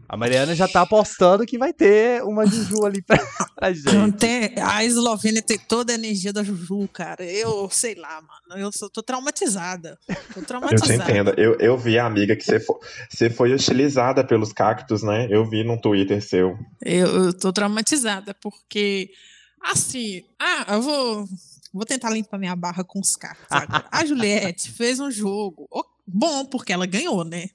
S1: A Mariana já tá apostando que vai ter uma Juju ali pra, pra gente.
S3: Tem- a Eslovênia tem toda a energia da Juju, cara. Eu sei lá, mano. Eu sou- tô traumatizada. Tô
S2: (laughs) Eu te
S3: traumatizada.
S2: entendo. Eu, eu vi, amiga, que você foi, você foi hostilizada pelos cactos, né? Eu vi num Twitter seu.
S3: Eu, eu tô traumatizada, porque assim, ah, eu vou, vou tentar limpar minha barra com os cactos agora.
S2: (laughs)
S3: A Juliette fez um jogo o- bom, porque ela ganhou, né?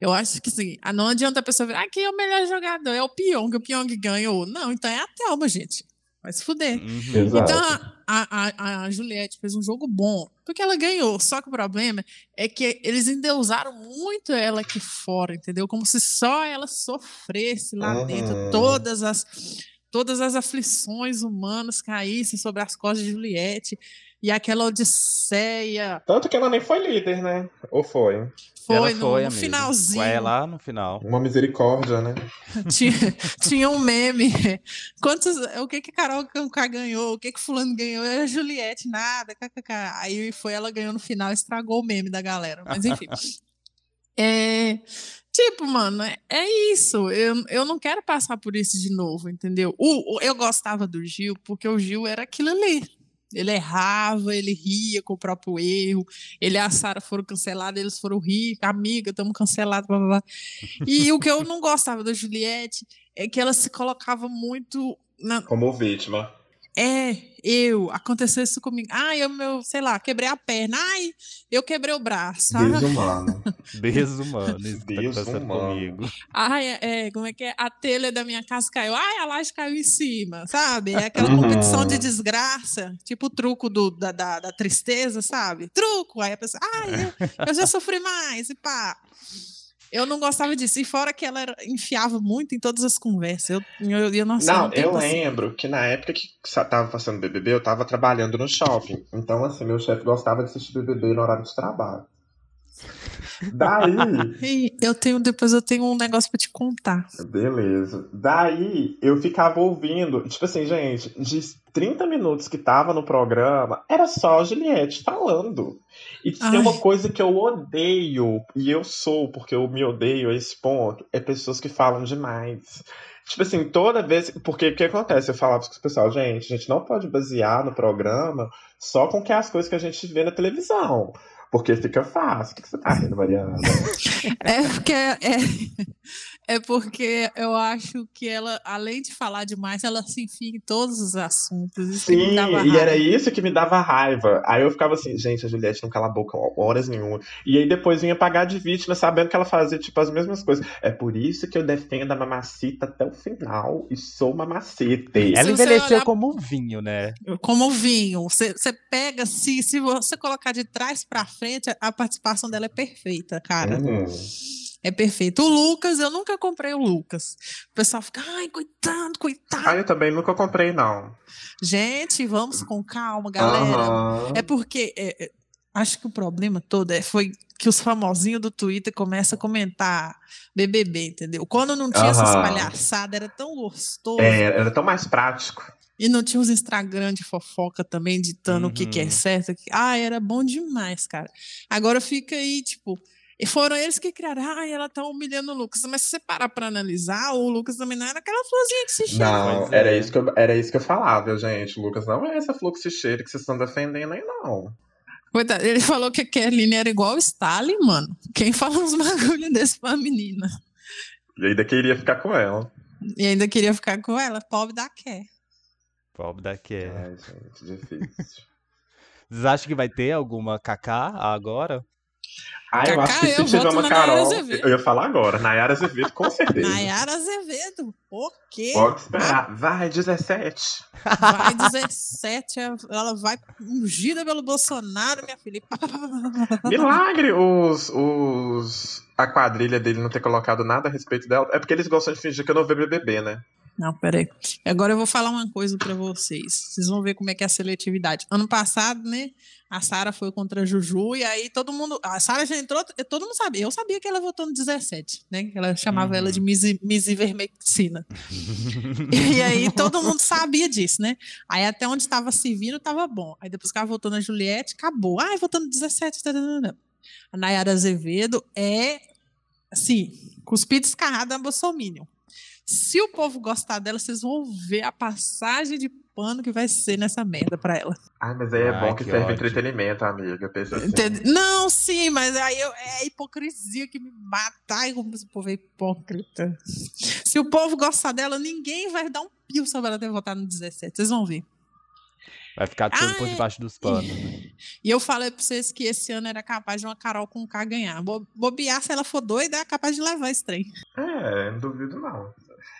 S3: Eu acho que sim. Ah, não adianta a pessoa virar, ah, quem é o melhor jogador? É o Pyong, o Pyong ganhou. Não, então é a Thelma, gente. Vai se fuder.
S1: Uhum.
S2: Exato.
S3: Então a, a, a- a Juliette fez um jogo bom, porque ela ganhou. Só que o problema é que eles endeusaram muito ela aqui fora, entendeu? Como se só ela sofresse lá
S2: Uhum.
S3: dentro todas as todas as aflições humanas caíssem sobre as costas de Juliette e aquela odisseia
S2: Tanto que ela nem foi líder, né? Ou foi?
S3: foi,
S1: Ela
S3: no,
S1: foi,
S3: no
S1: amiga.
S3: finalzinho.
S1: Ué, lá no final.
S2: Uma misericórdia, né?
S3: Tinha, (laughs) tinha um meme. Quantos, o que que Carol Conká ganhou? O que que fulano ganhou? E a Juliette, nada. kkk. Aí foi ela ganhou no final, estragou o meme da galera. Mas enfim. É, tipo, mano, é- é isso. Eu, eu não quero passar por isso de novo, entendeu? O, o- eu gostava do Gil porque o Gil era aquilo ali. Ele errava, ele ria com o próprio erro. Ele e a Sara foram cancelados, eles foram rir. Amiga, estamos cancelados, blá, blá, blá. E o que eu não gostava da Juliette é que ela se colocava muito. na-
S2: Como vítima.
S3: É, eu, aconteceu isso comigo. Ai, eu, meu, sei lá, quebrei a perna. Ai, eu quebrei o braço. Ah,
S2: Desumano.
S1: (laughs) Desumano, isso que tá
S2: Desumano.
S1: acontecendo comigo.
S3: Ai, é, é, como é que é? A telha da minha casa caiu. Ai, a laje caiu em cima, sabe? É aquela
S2: Uhum.
S3: competição de desgraça, tipo o truco do, da, da, da tristeza, sabe? Truco! Aí a pessoa, ai,
S2: (laughs)
S3: eu, eu já sofri mais, e pá. Eu não gostava disso. E fora que ela era- enfiava muito em todas as conversas. Eu, eu, eu, nossa,
S2: Não,
S3: tenho
S2: eu
S3: paci-
S2: lembro que na época que sa- tava passando BBB, eu tava trabalhando no shopping. Então, assim, meu chefe gostava de assistir BBB no horário de trabalho. Daí,
S3: Ih, eu tenho, depois eu tenho um negócio pra te contar.
S2: Beleza. Daí eu ficava ouvindo, tipo assim, gente, de 30 minutos que tava no programa, era só a Juliette falando. E se tem
S3: Ai.
S2: uma coisa que eu odeio, e eu sou, porque eu me odeio a esse ponto, é pessoas que falam demais. Tipo assim, toda vez. Porque o que acontece? Eu falava com o pessoal, gente, a gente não pode basear no programa só com que as coisas que a gente vê na televisão. Porque fica fácil. O que que você tá rindo, Mariana?
S3: É porque é, (laughs) é porque eu acho que ela, além de falar demais, ela se enfia em todos os assuntos. Isso que me
S2: Sim,
S3: dava
S2: e
S3: raiva.
S2: era isso que me dava raiva. Aí eu ficava assim, gente, a Juliette não cala a boca horas nenhuma. E aí depois vinha pagar de vítima, sabendo que ela fazia, tipo, as mesmas coisas. É por isso que eu defendo a mamacita até o final e sou mamacete.
S1: Ela
S3: É você
S1: envelheceu
S3: olhar-
S1: como um vinho, né?
S3: Como o vinho, você, você pega se se você colocar de trás pra frente, a participação dela é perfeita, cara.
S2: Hum.
S3: É perfeita. O Lucas, eu nunca comprei o Lucas. O pessoal fica, ai, coitado, coitado.
S2: Ah, eu também nunca comprei, não.
S3: Gente, vamos com calma, galera.
S2: Aham.
S3: É porque é, é, acho que o problema todo é, foi que os famosinhos do Twitter começam a comentar BBB, entendeu? Quando não tinha essas
S2: Aham.
S3: palhaçadas, era tão gostoso.
S2: É, era tão mais prático.
S3: E não tinha os Instagram de fofoca também, ditando o que, que é
S1: Uhum.
S3: certo. o que- Ah, era bom demais, cara. Agora fica aí, tipo. E foram eles que criaram. Ah, ela tá humilhando o Lucas. Mas se você parar pra analisar, o Lucas também não era aquela florzinha que se cheira.
S2: Não,
S1: Pois é.
S2: era, isso que eu, era isso que eu falava, gente. Lucas, não é essa fluxo cheiro que vocês estão defendendo aí, não.
S3: Coitado, ele falou que a Kerline era igual o Stalin, mano. Quem fala uns (laughs) bagulho desse pra menina?
S2: E ainda queria ficar com ela.
S3: E ainda queria ficar com ela, pobre da Ké.
S1: Pobre da Kelly.
S2: Ai, gente, difícil.
S1: Vocês acham que vai ter alguma Kaká agora?
S2: Ah, eu
S3: Cacá,
S2: acho que se
S3: eu
S2: tiver
S3: voto
S2: uma
S3: na Nayara
S2: Carol,
S3: Azevedo.
S2: eu ia falar agora. Nayara Azevedo, com certeza.
S3: Nayara Azevedo, o quê?
S2: Pode esperar. Vai,
S3: (laughs)
S2: 17.
S3: Vai 17, ela vai ungida pelo Bolsonaro, minha filha. E pá, pá, pá, pá, pá, pá.
S2: Milagre os, os... A quadrilha dele não ter colocado nada a respeito dela. É porque eles gostam de fingir que eu não vejo BBB, né?
S3: Não, peraí. Agora eu vou falar uma coisa pra vocês. Vocês vão ver como é que é a seletividade. Ano passado, né? A Sara foi contra a Juju e aí todo mundo. A Sara já entrou, todo mundo sabia. Eu sabia que ela votou no 17, né? que Ela chamava
S1: Uhum.
S3: ela de Miss, Miss Ivermectina. (laughs) E aí todo mundo sabia disso, né? Aí até onde estava servindo estava bom. Aí depois que ela voltou na Juliette, acabou. Ah, voltou no 17. tararara. tá, A Nayara Azevedo é, assim, cuspida escarrada na Bolsominion. Se o povo gostar dela, vocês vão ver a passagem de pano que vai ser nessa merda pra ela.
S2: Ah, mas aí é
S1: Ai,
S2: bom que,
S1: que
S2: serve
S1: ódio.
S2: entretenimento, amiga. Pensa assim.
S3: Entende? Não, sim, mas aí eu- é a hipocrisia que me mata. Ai, como esse povo é hipócrita. Se o povo gostar dela, ninguém vai dar um pio sobre ela ter votado no 17. Vocês vão ver.
S1: Vai ficar tudo por
S3: Ah,
S1: debaixo dos panos. né?
S3: E eu falei pra vocês que esse ano era capaz de uma Carol com K ganhar. Bo- Bobear, se ela for doida, é capaz de levar esse trem.
S2: É, não duvido não.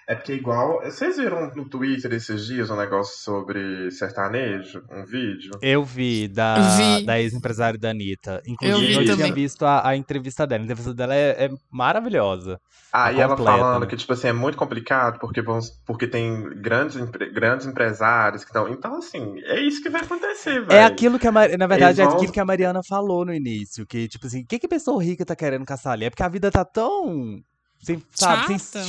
S2: É porque igual. Vocês viram no Twitter esses dias um negócio sobre sertanejo? Um vídeo?
S1: Eu vi da,
S3: Vi.
S1: da ex-empresária da Anitta. Inclusive,
S2: vi
S1: eu, tinha
S3: também.
S1: visto a, a entrevista dela. A entrevista dela é, é maravilhosa.
S2: Aí Ah, ela
S1: completa,
S2: falando
S1: né?
S2: que, tipo assim, é muito complicado porque, vão, porque tem grandes, empre- grandes empresários que estão. Então, assim, é isso que vai acontecer, velho.
S1: É aquilo que a Mar... Na verdade,
S2: Eles
S1: é
S2: vão-
S1: aquilo que a Mariana falou no início. Que, tipo assim, o que, que a pessoa rica tá querendo caçar ali? É porque a vida tá tão. Sem, sabe, sem-
S3: Chata.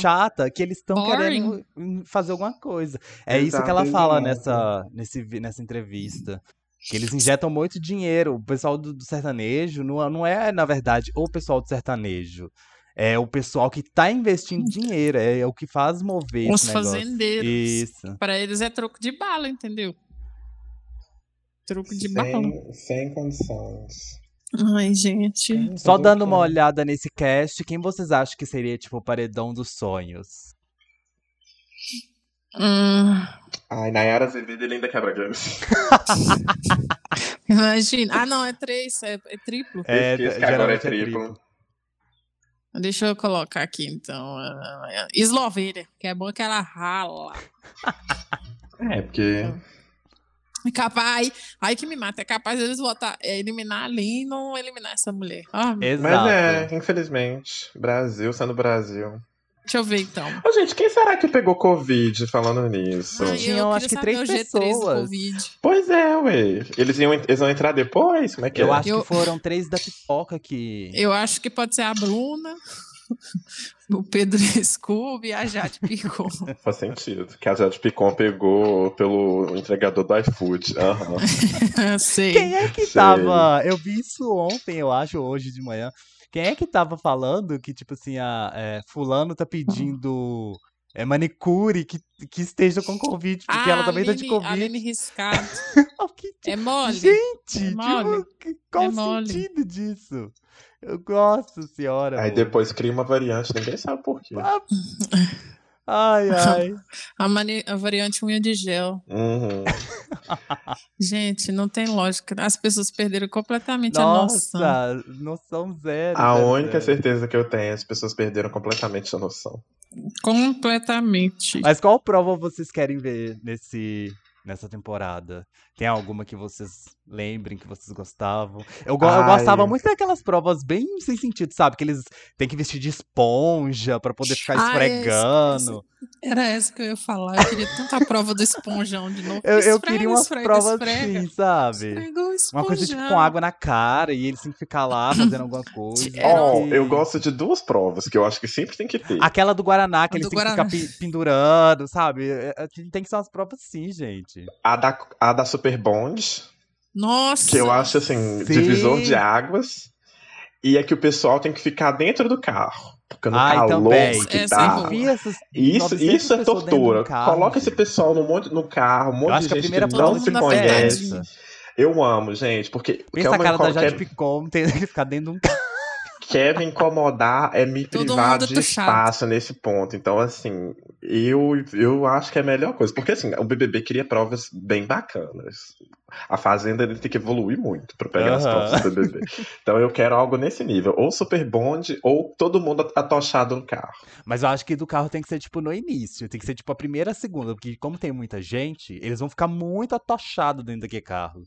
S1: chata, que eles estão
S3: Boring.
S1: querendo hum, fazer alguma coisa. É isso que ela
S2: Exatamente.
S1: fala nessa, nesse, vi- nessa entrevista. Que eles injetam muito dinheiro. O pessoal do, do sertanejo não, não é, na verdade, o pessoal do sertanejo. É o pessoal que tá investindo dinheiro. É, o que faz mover
S3: Hum. Os
S1: esse negócio.
S3: fazendeiros.
S1: Isso.
S3: Pra eles é troco de bala, entendeu? Troco de bala.
S2: sem, sem condições.
S4: Ai, gente.
S1: Só dando uma olhada nesse cast, quem vocês acham que seria, tipo, o paredão dos sonhos?
S3: Hum,
S2: Ai, Nayara Azevedo ele ainda quebra games.
S3: imagina. Ah, não, é três, é, é triplo.
S2: (laughs)
S1: É,
S2: Esqueço que agora é
S1: geralmente é
S2: triplo.
S3: Deixa eu colocar aqui, então. ah, Eslovênia, que é bom que ela rala.
S2: É, porque.
S3: É Capaz, aí que me mata, é capaz deles votar, é, eliminar ali e não eliminar essa mulher. Ah,
S2: Mas
S1: Exato.
S2: é, infelizmente. Brasil sendo Brasil.
S3: deixa eu ver então.
S2: Ô, gente, quem será que pegou Covid falando nisso?
S3: Ai,
S1: Tinham,
S3: eu
S1: acho que,
S3: queria
S1: três
S3: saber o G3 do
S1: pessoas.
S3: Covid.
S2: Pois é, ué. Eles, iam, eles vão entrar depois? Como é que
S1: Eu
S2: é?
S1: acho
S3: Eu-
S1: que foram três da pipoca que.
S3: Eu acho que pode ser a Bruna, (laughs) o Pedro Scooby e a Jade Picon. (laughs)
S2: Faz sentido. Que a Jade Picon pegou pelo entregador do iFood. Aham.
S3: Sei.
S1: Quem é que
S2: Sei.
S1: tava? Eu vi isso ontem, eu acho, hoje de manhã. Quem é que tava falando que, tipo assim, a, é, Fulano tá pedindo é, manicure que, que esteja com Covid, porque ela também tá de
S3: Ah, Aline-
S1: Covid.
S3: Aline Riscado.
S1: Oh, que
S3: É mole?
S1: (laughs) Gente,
S3: É
S1: tipo,
S3: mole.
S1: que- qual
S3: É
S1: o
S3: mole.
S1: sentido disso? Eu gosto, senhora.
S2: (laughs) Aí
S1: amor.
S2: depois cria uma variante, ninguém sabe por quê.
S1: Ah, Ai, ai.
S3: A, mani- a variante unha de gel.
S2: Uhum.
S3: Gente, não tem lógica. As pessoas perderam completamente a noção.
S1: Nossa, noção zero.
S2: A
S1: zero,
S2: única
S1: zero.
S2: certeza que eu tenho é as pessoas perderam completamente a noção.
S3: Completamente.
S1: Mas qual prova vocês querem ver nesse, nessa temporada? Tem alguma que vocês lembrem, que vocês gostavam? Eu, go- eu
S2: Ai.
S1: gostava muito daquelas provas bem sem sentido, sabe? Que eles têm que vestir de esponja pra poder ficar
S3: Ah, é,
S1: esfregando.
S3: Era essa que eu ia falar. Eu queria tanta prova do esponjão de novo.
S1: eu, eu
S3: Esfrega,
S1: queria uma
S3: esfrega,
S1: prova
S3: esfrega.
S1: assim, sabe?
S3: Esfrega o esponjão.
S1: Uma coisa tipo com água na cara e eles têm que ficar lá fazendo alguma coisa.
S3: Era
S2: Ó,
S1: que-
S2: eu gosto de duas provas que eu acho que sempre tem que ter.
S1: Aquela do Guaraná, que
S3: A
S1: eles
S3: do
S1: têm que ficar
S3: Guaraná.
S1: pe- pendurando, sabe? É, é, Tem que ser umas provas sim, gente.
S2: A da, a da Super Bond,
S3: Nossa.
S2: que eu acho assim,
S1: Sim.
S2: divisor de águas. E é que o pessoal tem que ficar dentro do carro. Porque Tá no
S1: Ai,
S2: calor
S1: também.
S2: que
S3: Essa é
S2: dá.
S3: boa.
S1: Enfia essas
S2: Isso,
S1: 900
S2: isso é
S1: pessoas dentro de um
S2: tortura.
S1: carro,
S2: Coloca esse
S1: gente.
S2: pessoal no, monte, no carro, um
S1: Eu
S2: monte
S1: acho
S2: de
S1: que a
S2: gente
S1: primeira é
S2: que
S3: prova
S2: não
S3: todo
S2: se
S3: mundo na
S2: conhece. é
S3: verdade.
S1: essa.
S2: Eu amo, gente, porque
S1: Pensa a
S2: quer,
S1: cara
S2: me, co-
S1: da Jade
S2: quer,
S1: Picon, (laughs) tem que ficar dentro de um carro.
S2: quer me incomodar é me
S3: Todo
S2: privar
S3: mundo
S2: de
S3: tá chato.
S2: espaço nesse ponto. Então, assim, eu, eu acho que é a melhor coisa. Porque, assim, o BBB queria provas bem bacanas. A Fazenda ele tem que evoluir muito pra pegar as
S1: Aham.
S2: provas
S1: (laughs)
S2: do BBB. Então, eu quero algo nesse nível. Ou Super Bonde, ou todo mundo atochado no carro.
S1: Mas eu acho que do carro tem que ser, tipo, no início. Tem que ser, tipo, a primeira, a segunda. Porque como tem muita gente, eles vão ficar muito atochados dentro daquele carro.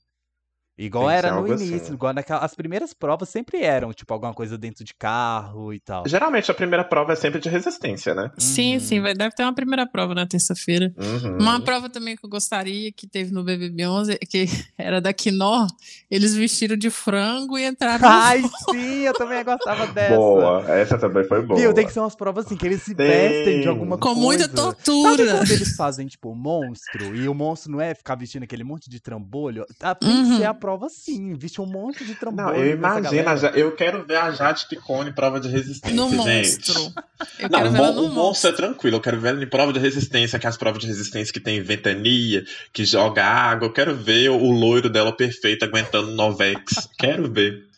S1: Igual
S2: Tem que
S1: era
S2: ser
S1: no
S2: algo assim.
S1: início, igual naquela, as primeiras provas sempre eram, tipo, alguma coisa dentro de carro e tal.
S2: Geralmente, a primeira prova é sempre de resistência, né?
S3: Sim,
S1: Uhum.
S3: sim. Vai, deve ter uma primeira prova na terça-feira.
S2: Uhum.
S3: Uma prova também que eu gostaria que teve no BBB 11, que (laughs) era da Quinó, eles vestiram de frango e entraram no (laughs)
S1: Ai, sim, eu também gostava dessa.
S2: Boa, essa também foi boa.
S1: Viu, tem que ser umas provas assim, que eles se vestem de
S2: Tem.
S1: alguma
S3: com
S1: coisa.
S3: muita
S1: Sabe
S3: tortura.
S1: quando eles fazem, tipo, um monstro? E o monstro não é ficar vestindo aquele monte de trambolho? Ah, Tem que
S3: Uhum.
S1: ser a prova sim, veste um monte de trambolho.
S2: Não, eu
S1: dessa
S2: imagino, a
S1: galera.
S2: Ja- eu quero ver a Jade Picone em prova de resistência,
S3: No
S2: gente.
S3: monstro. Eu
S2: Não,
S3: quero
S2: o
S3: ver ela
S2: mon-
S3: no
S2: o monstro é
S3: monstro.
S2: tranquilo, eu quero ver ela em prova de resistência, que é as provas de resistência que tem ventania, que joga água, eu quero ver o loiro dela perfeito aguentando Novex, quero ver.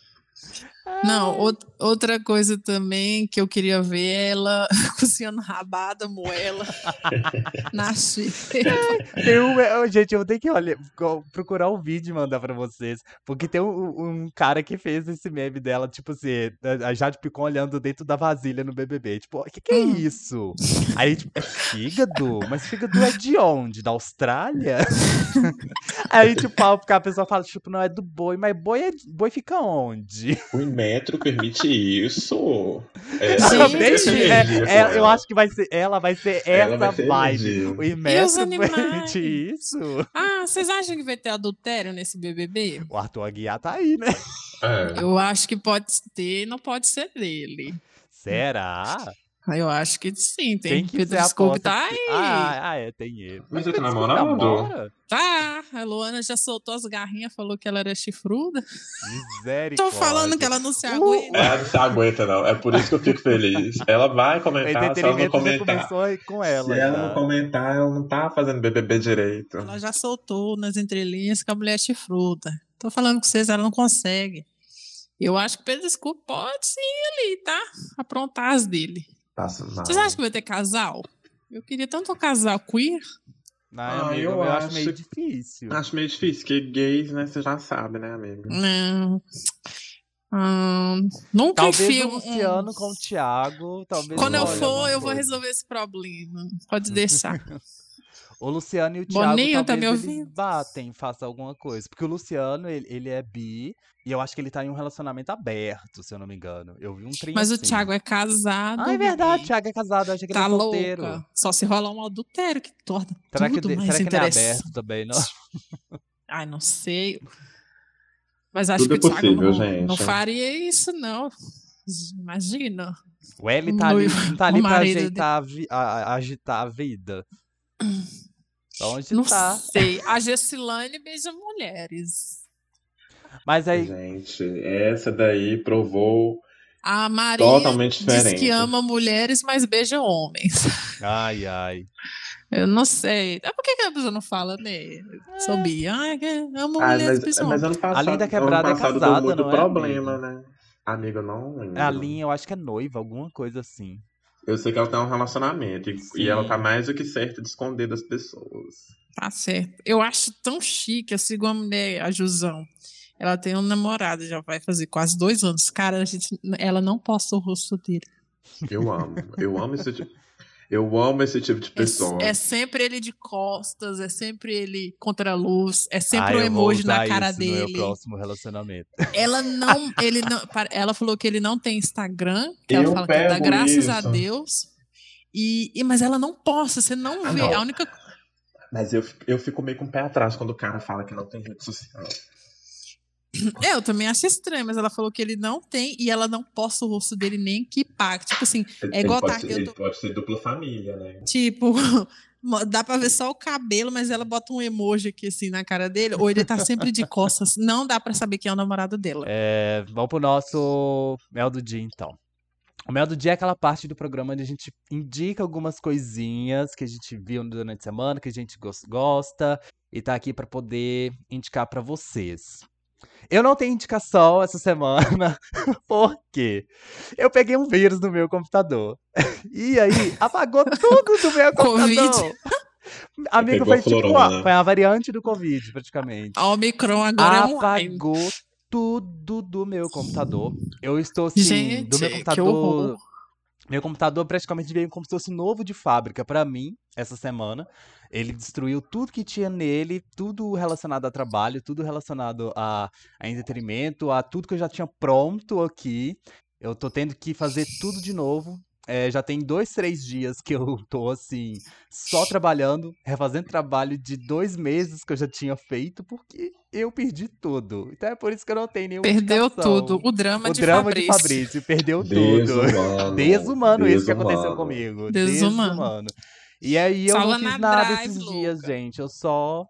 S3: Não, out- outra coisa também que eu queria ver é ela (laughs) cozinhando
S2: (laughs)
S3: rabada, moela na xícara.
S1: Tem um, eu- gente, eu vou ter que olha, co- procurar o vídeo e mandar pra vocês. Porque tem um, um cara que fez esse meme dela, tipo assim, a a Jade Picon olhando dentro da vasilha no BBB. Tipo, o que, que é
S3: Hum.
S1: isso? Aí, tipo, é fígado? Mas fígado é de onde? Da Austrália? (laughs) Aí, tipo, a pessoa fala, tipo, não, é do boi, mas boi, é, boi fica onde?
S2: O metro permite isso.
S1: (laughs)
S3: Gente,
S2: ela vai ter
S1: Deixa-
S2: essa
S1: é-
S2: energia com
S1: é- eu
S2: ela.
S1: acho que vai ser, ela vai ser
S2: Ela
S1: essa
S2: vai ter
S1: vibe.
S2: energia.
S1: O (laughs) imenso
S3: animais?
S1: permite isso.
S3: Ah, vocês acham que vai ter adultério nesse BBB?
S1: O Arthur Aguiar tá aí, né?
S2: É.
S3: Eu acho que pode ter, não pode ser dele.
S1: Será?
S3: Ah, Eu acho que sim, tem
S1: Quem quiser
S3: Pedro Scooby
S1: aposta.
S3: tá aí.
S1: que- Ah, ah, é, tem ele.
S2: Mas ele tá
S1: Pedro Scooby
S2: namorando?
S1: namora?
S3: Tá, a Luana já soltou as garrinhas, falou que ela era chifruda. Tô
S1: Misericórdia.
S3: falando que ela não se
S1: Uh,
S3: aguenta.
S2: Ela não se aguenta, não. É por isso que eu fico feliz. Ela vai
S1: O
S2: comentar, se ela não
S1: entretenimento já
S2: Tá, comentar.
S1: começou aí com ela.
S2: se ela
S1: já.
S2: não comentar, ela não tá fazendo BBB direito.
S3: Ela já soltou nas entrelinhas que a mulher é chifruda. Tô falando com vocês, ela não consegue. Eu acho que o Pedro Scooby pode sim ali, tá? Aprontar as dele.
S2: Passa mal.
S1: Ah.
S3: Vocês acham que vai ter casal? Eu queria tanto um casal queer.
S1: Ai,
S2: Ah,
S1: amiga,
S2: eu
S1: eu, acho
S2: acho-
S1: meio difícil.
S3: Ah,
S2: Acho meio difícil, porque gays, né, você já sabe, né, amigo?
S3: Não. Hum, nunca
S1: Talvez
S3: enfio
S1: o
S3: um-
S1: Luciano com o Thiago, talvez...
S3: Quando eu
S1: role
S3: for,
S1: alguma
S3: eu vou
S1: coisa.
S3: resolver esse problema.
S1: (laughs)
S3: Pode deixar.
S1: O Luciano e o Thiago
S3: Boninho, tá
S1: talvez
S3: me
S1: eles
S3: ouvindo?
S1: batem, façam alguma coisa. Porque o Luciano, ele, ele é bi, e eu acho que ele tá em um relacionamento aberto, se eu não me engano. Eu vi um trem
S3: Mas o
S1: assim.
S3: Thiago é casado.
S1: Ah, é verdade, o
S3: bebê.
S1: Thiago é casado, eu achei que
S3: Tá
S1: ele é solteiro.
S3: louca. Só se rolar um adultério que torna
S1: Será que,
S3: tudo
S1: de-
S3: mais
S1: será que não é
S3: interessante.
S1: aberto também, não?
S3: Ai, não sei. Mas acho
S2: Tudo
S3: que o
S2: é
S3: Thiago
S2: possível,
S3: não,
S2: gente.
S3: não faria isso, não. Imagina.
S1: O L tá ali,
S3: Um Noivo,
S1: não tá ali
S3: o
S1: pra
S3: marido
S1: ajeitar a vi- a- a- agitar a vida. Então
S3: Não
S1: agitar.
S3: sei. A Gessilane beija mulheres.
S1: Mas aí.
S2: Gente, essa daí provou
S3: A Maria
S2: totalmente
S3: diz
S2: diferente.
S3: que ama mulheres, mas beija homens. (laughs)
S1: Ai, ai.
S3: Eu não sei. Ah, por que que a pessoa não fala, né? Soube. Ah, que amo
S2: É. Ah,
S3: mulheres,
S2: mas,
S3: beija
S2: mas
S3: homens.
S2: ano passado,
S1: Linda
S2: ano
S1: Quebrada é
S2: passado
S1: casada,
S2: deu muito
S1: não é,
S2: problema, né? Amiga, eu não lembro.
S1: A linha, eu acho que é noiva, alguma coisa assim.
S2: Eu sei que ela tem um relacionamento e,
S1: Sim.
S2: e ela tá mais do que certa de esconder das pessoas.
S3: Tá certo. Eu acho tão chique. Eu sigo uma mulher, a Jusão. Ela tem um namorado, já vai fazer quase dois anos. Cara, a gente, ela não posta o rosto dele.
S2: Eu amo. Eu amo esse tipo. Eu amo esse tipo de
S3: É,
S2: pessoa.
S3: é sempre ele de costas, é sempre ele contra a luz, é sempre
S1: Ai,
S3: um
S1: Ah, eu vou
S3: emoji na
S1: usar
S3: cara
S1: isso No meu
S3: dele.
S1: próximo relacionamento.
S3: Ela não, ele não, pa- ela falou que ele não tem Instagram, que
S2: Eu
S3: ela fala que dá
S2: pego
S3: graças a
S2: isso.
S3: Deus. E, e- mas ela não posta, você não
S2: Ah,
S3: vê.
S2: não.
S3: A única
S2: Mas eu, fico- eu fico meio com o pé atrás quando o cara fala que não tem rede social.
S3: Eu também acho estranho, mas ela falou que ele não tem e ela não posta o rosto dele nem que pague. Tipo assim,
S2: Ele,
S3: É igual
S2: pode,
S3: tá
S2: ser,
S3: aqui, eu
S2: ele
S3: tô-
S2: pode ser dupla família, né?
S3: tipo, (laughs) dá pra ver só o cabelo, mas ela bota um emoji aqui assim na cara dele, ou ele tá sempre de costas. Não dá pra saber quem é o namorado dela.
S1: É, vamos pro nosso Mel do Dia, então. O Mel do Dia é aquela parte do programa onde a gente indica algumas coisinhas que a gente viu durante a semana, que a gente gos- gosta, e tá aqui pra poder indicar pra vocês. Eu não tenho indicação essa semana, (laughs) porque eu peguei um vírus no meu computador. (laughs) E aí, apagou tudo do meu
S3: (laughs) Covid.
S1: computador. Amigo,
S2: Pegou
S1: foi tipo,
S2: florona,
S1: uma-
S2: né?
S1: foi a variante do Covid, praticamente
S3: A Omicron agora é um.
S1: apagou tudo do meu computador. Eu estou assim, do meu
S3: Gente, que
S1: computador.
S3: horror.
S1: Meu computador praticamente veio como se fosse novo de fábrica pra mim essa semana. Ele destruiu tudo que tinha nele, tudo relacionado a trabalho, tudo relacionado a, a entretenimento, a tudo que eu já tinha pronto aqui. Eu tô tendo que fazer tudo de novo. É, já tem dois, três dias que eu tô assim, só trabalhando, refazendo trabalho de dois meses que eu já tinha feito, porque eu perdi tudo. Então é por isso que eu não tenho nenhuma
S3: Perdeu
S1: indicação.
S3: tudo. O drama,
S1: O
S3: de,
S1: drama
S3: Fabrício.
S1: de Fabrício, perdeu tudo.
S2: Desumano.
S1: Desumano isso que aconteceu comigo.
S3: Desumano.
S1: Desumano. E aí eu não
S3: Sala
S1: fiz
S3: na
S1: nada
S3: drive,
S1: esses dias,
S3: louca.
S1: gente. Eu só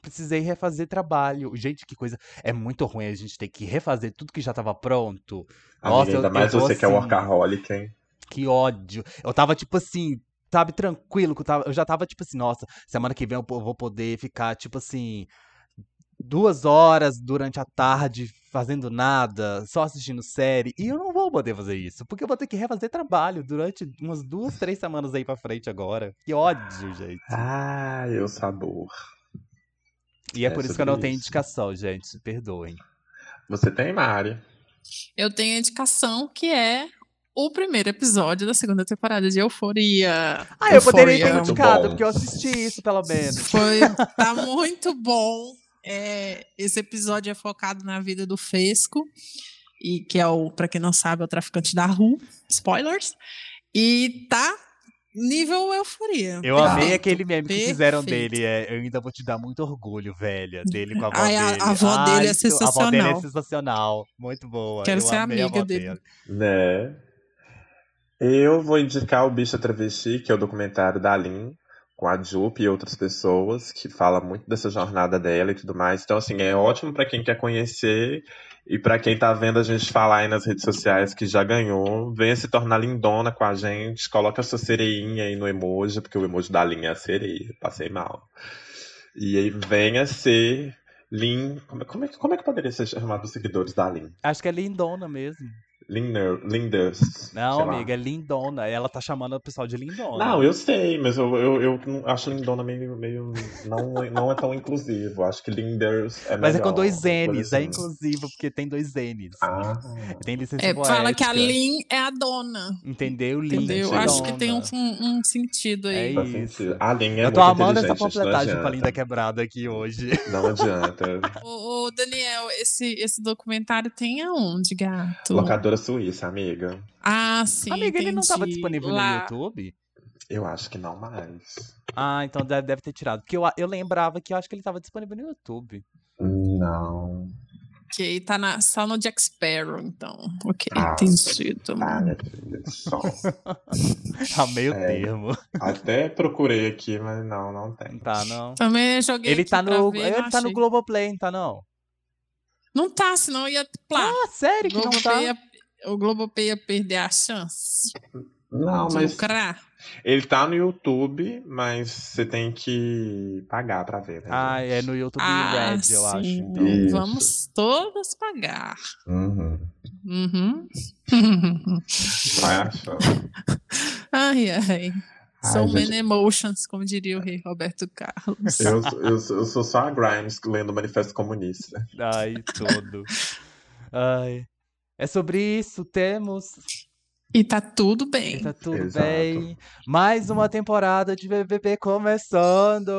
S1: precisei refazer trabalho. Gente, que coisa. É muito ruim a gente ter que refazer tudo que já tava pronto.
S2: Amiga,
S1: Nossa,
S2: ainda
S1: eu-
S2: mais
S1: eu tô
S2: você que é
S1: assim.
S2: workaholic, hein?
S1: Que ódio. Eu tava tipo assim, sabe, tranquilo. que eu, tava- eu já tava tipo assim, nossa, semana que vem eu po- vou poder ficar tipo assim. duas horas durante a tarde fazendo nada, só assistindo série. E eu não vou poder fazer isso, porque eu vou ter que refazer trabalho durante umas duas, três semanas aí pra frente agora. Que ódio, gente.
S2: Ai, o sabor.
S1: E é,
S2: É
S1: por isso que eu
S2: sobre
S1: não tenho
S2: isso.
S1: indicação, gente. Perdoem.
S2: Você tem, Mari?
S3: Eu tenho a indicação que é o primeiro episódio da segunda temporada de Euforia.
S1: Ah, eu poderia ter
S3: Euphoria.
S2: Muito
S1: indicado,
S2: bom.
S1: porque eu assisti isso, pelo menos. (laughs)
S3: Foi, tá muito bom. É, esse episódio é focado na vida do Fesco, e que é o, para quem não sabe, é o traficante da rua. Spoilers. E tá nível euforia.
S1: Eu
S3: Perfeito.
S1: amei aquele meme que fizeram
S3: Perfeito.
S1: dele. é, eu ainda vou te dar muito orgulho, velha. Dele com a avó
S3: Ai, a-
S1: dele.
S3: a avó
S1: Ai,
S3: dele é
S1: isso- A avó dele é
S3: sensacional.
S1: sensacional. Muito boa.
S3: Quero
S1: eu
S3: ser
S1: amei a
S3: amiga
S1: avó
S3: dele.
S2: Né? Eu vou indicar o Bicha Travesti, que é o documentário da Aline, com a Jupe e outras pessoas, que fala muito dessa jornada dela e tudo mais. Então, assim, é ótimo pra quem quer conhecer e pra quem tá vendo a gente falar aí nas redes sociais que já ganhou. Venha se tornar lindona com a gente, coloca a sua sereinha aí no emoji, porque o emoji da Aline é a sereia, passei mal. E aí venha ser Lin... Como é, como é que- como é que poderia ser chamado os seguidores da Aline?
S1: Acho que é lindona mesmo.
S2: Liner, Linders.
S1: Não,
S2: sei lá.
S1: amiga, é lindona. Ela tá chamando o pessoal de lindona.
S2: Não, eu sei, mas eu, eu, eu não- acho lindona meio. meio não, não é tão inclusivo. Acho que linders é melhor.
S1: Mas é com dois
S2: uma coisa
S1: N's, é
S2: assim.
S1: inclusivo, porque tem dois N's.
S2: Ah,
S1: Tem licença
S3: É, fala que a
S1: poética,
S3: Lin é a dona.
S1: Entendeu? Linda.
S3: Entendeu?
S2: Entendi.
S3: Acho que tem um,
S1: lindona.
S3: um- um sentido aí.
S1: É
S2: faz
S1: isso.
S2: sentido. A linha é
S1: Eu tô
S2: muito
S1: amando essa
S2: inteligente, isso
S1: panfletagem pra
S2: não
S1: Linda
S2: adianta.
S1: Quebrada aqui hoje.
S2: Não adianta.
S1: (laughs)
S3: Ô, ô, Daniel, esse, esse documentário tem aonde, gato?
S2: Locadora suíça, amiga.
S3: Ah, sim.
S1: Amiga, ele não tava
S3: entendi.
S1: disponível no
S3: Lá.
S1: YouTube?
S2: Eu acho que não mais.
S1: Ah, então deve, deve ter tirado. Porque eu, a- eu lembrava que eu acho que ele tava disponível no YouTube. (laughs)
S2: Não.
S3: Que aí tá na- só no Jack Sparrow, então. Ok,
S2: Ah.
S3: entendido.
S2: Ah, minha filha, só.
S1: A meio
S2: É.
S1: Ah, termo.
S2: Até procurei aqui, mas não, não tem.
S1: Tá, não.
S3: Também joguei
S1: Ele
S3: aqui
S1: tá
S3: pra
S1: no.
S3: ver,
S1: ele
S3: não
S1: tá no
S3: achei.
S1: Globoplay, não tá não?
S3: Não tá, senão eu ia... Plá,
S1: Ah, sério que não tá?
S3: Globopay ia- o Globopay ia perder a chance
S2: Não,
S3: de
S2: mas.
S3: lucrar.
S2: Ele tá no YouTube, mas você tem que pagar pra ver, né?
S1: Ah,
S2: gente?
S1: é no YouTube
S3: ah,
S1: Red, eu
S3: sim.
S1: acho. Então.
S2: Isso.
S3: Vamos todos pagar.
S2: Uhum.
S3: Uhum. (laughs)
S2: Vai achando.
S3: ai, ai.
S2: Ai,
S3: So
S2: gente,
S3: many emotions, como diria o rei Roberto Carlos.
S2: eu, eu, eu sou só a Grimes lendo o Manifesto Comunista.
S1: Ai, todo. Ai. É sobre isso, temos.
S3: E tá tudo
S1: E
S3: bem.
S1: tá tudo
S2: Exato.
S1: bem. Mais uma temporada de BBB começando.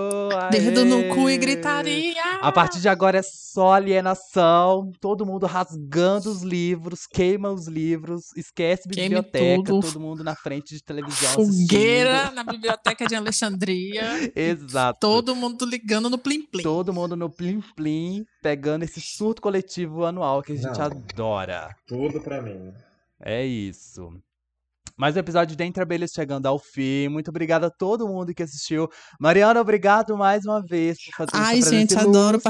S3: Dedo
S1: aê!
S3: no cu e gritaria.
S1: A partir de agora é só alienação, todo mundo rasgando os livros, queima os livros, esquece
S3: Queime
S1: biblioteca,
S3: tudo.
S1: todo mundo na frente de televisão
S3: Fogueira na biblioteca
S1: (laughs)
S3: de Alexandria.
S1: assistindo. Exato.
S3: Todo mundo ligando no Plim Plim.
S1: Todo mundo no plim plim, pegando esse surto coletivo anual que a gente
S2: Não.
S1: adora.
S2: Tudo pra mim.
S1: É isso. Mais um episódio de Entre Abelhas chegando ao fim. Muito obrigada a todo mundo que assistiu. Mariana, obrigado mais uma vez por fazer essa
S3: Ai,
S1: presença
S3: gente, adoro
S1: ilustre.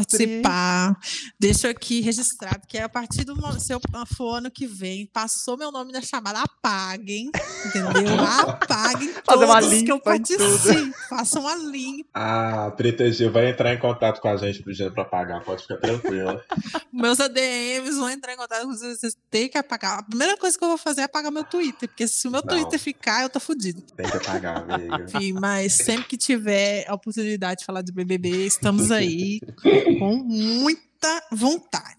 S3: participar. Deixo aqui registrado que a partir do mo- se eu for ano que vem, passou meu nome na chamada, apaguem,
S1: (laughs)
S3: entendeu? Apaguem
S1: Fazer uma
S3: todos que eu
S1: limpa em tudo.
S3: participo. Façam a limpa.
S2: A Preta Gil vai entrar em contato com a gente pedindo pra pagar, pode ficar tranquila.
S3: Meus ADMs vão entrar em contato com vocês. Vocês têm que apagar. A primeira coisa que eu vou fazer é apagar meu Twitter, porque se o meu
S2: Não.
S3: Twitter ficar, eu tô fudido.
S2: Tem que pagar, amiga.
S3: Enfim, mas sempre que tiver a oportunidade de falar de BBB, estamos aí com muita vontade.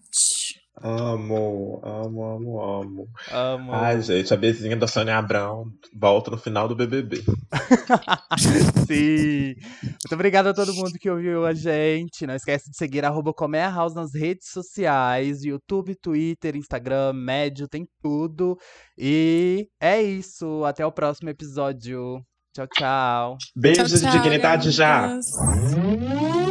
S2: Amo, amo, amo, amo.
S1: Amo.
S2: Ai, gente, a bezinha da Sônia Abrão volta no final do BBB.
S1: (laughs) Sim. Muito obrigado a todo mundo que ouviu a gente. Não esquece de seguir arroba Colmeia House nas redes sociais, YouTube, Twitter, Instagram, Médio, tem tudo. E é isso. Até o próximo episódio. Tchau, tchau.
S2: Beijo de dignidade já!
S3: garotas.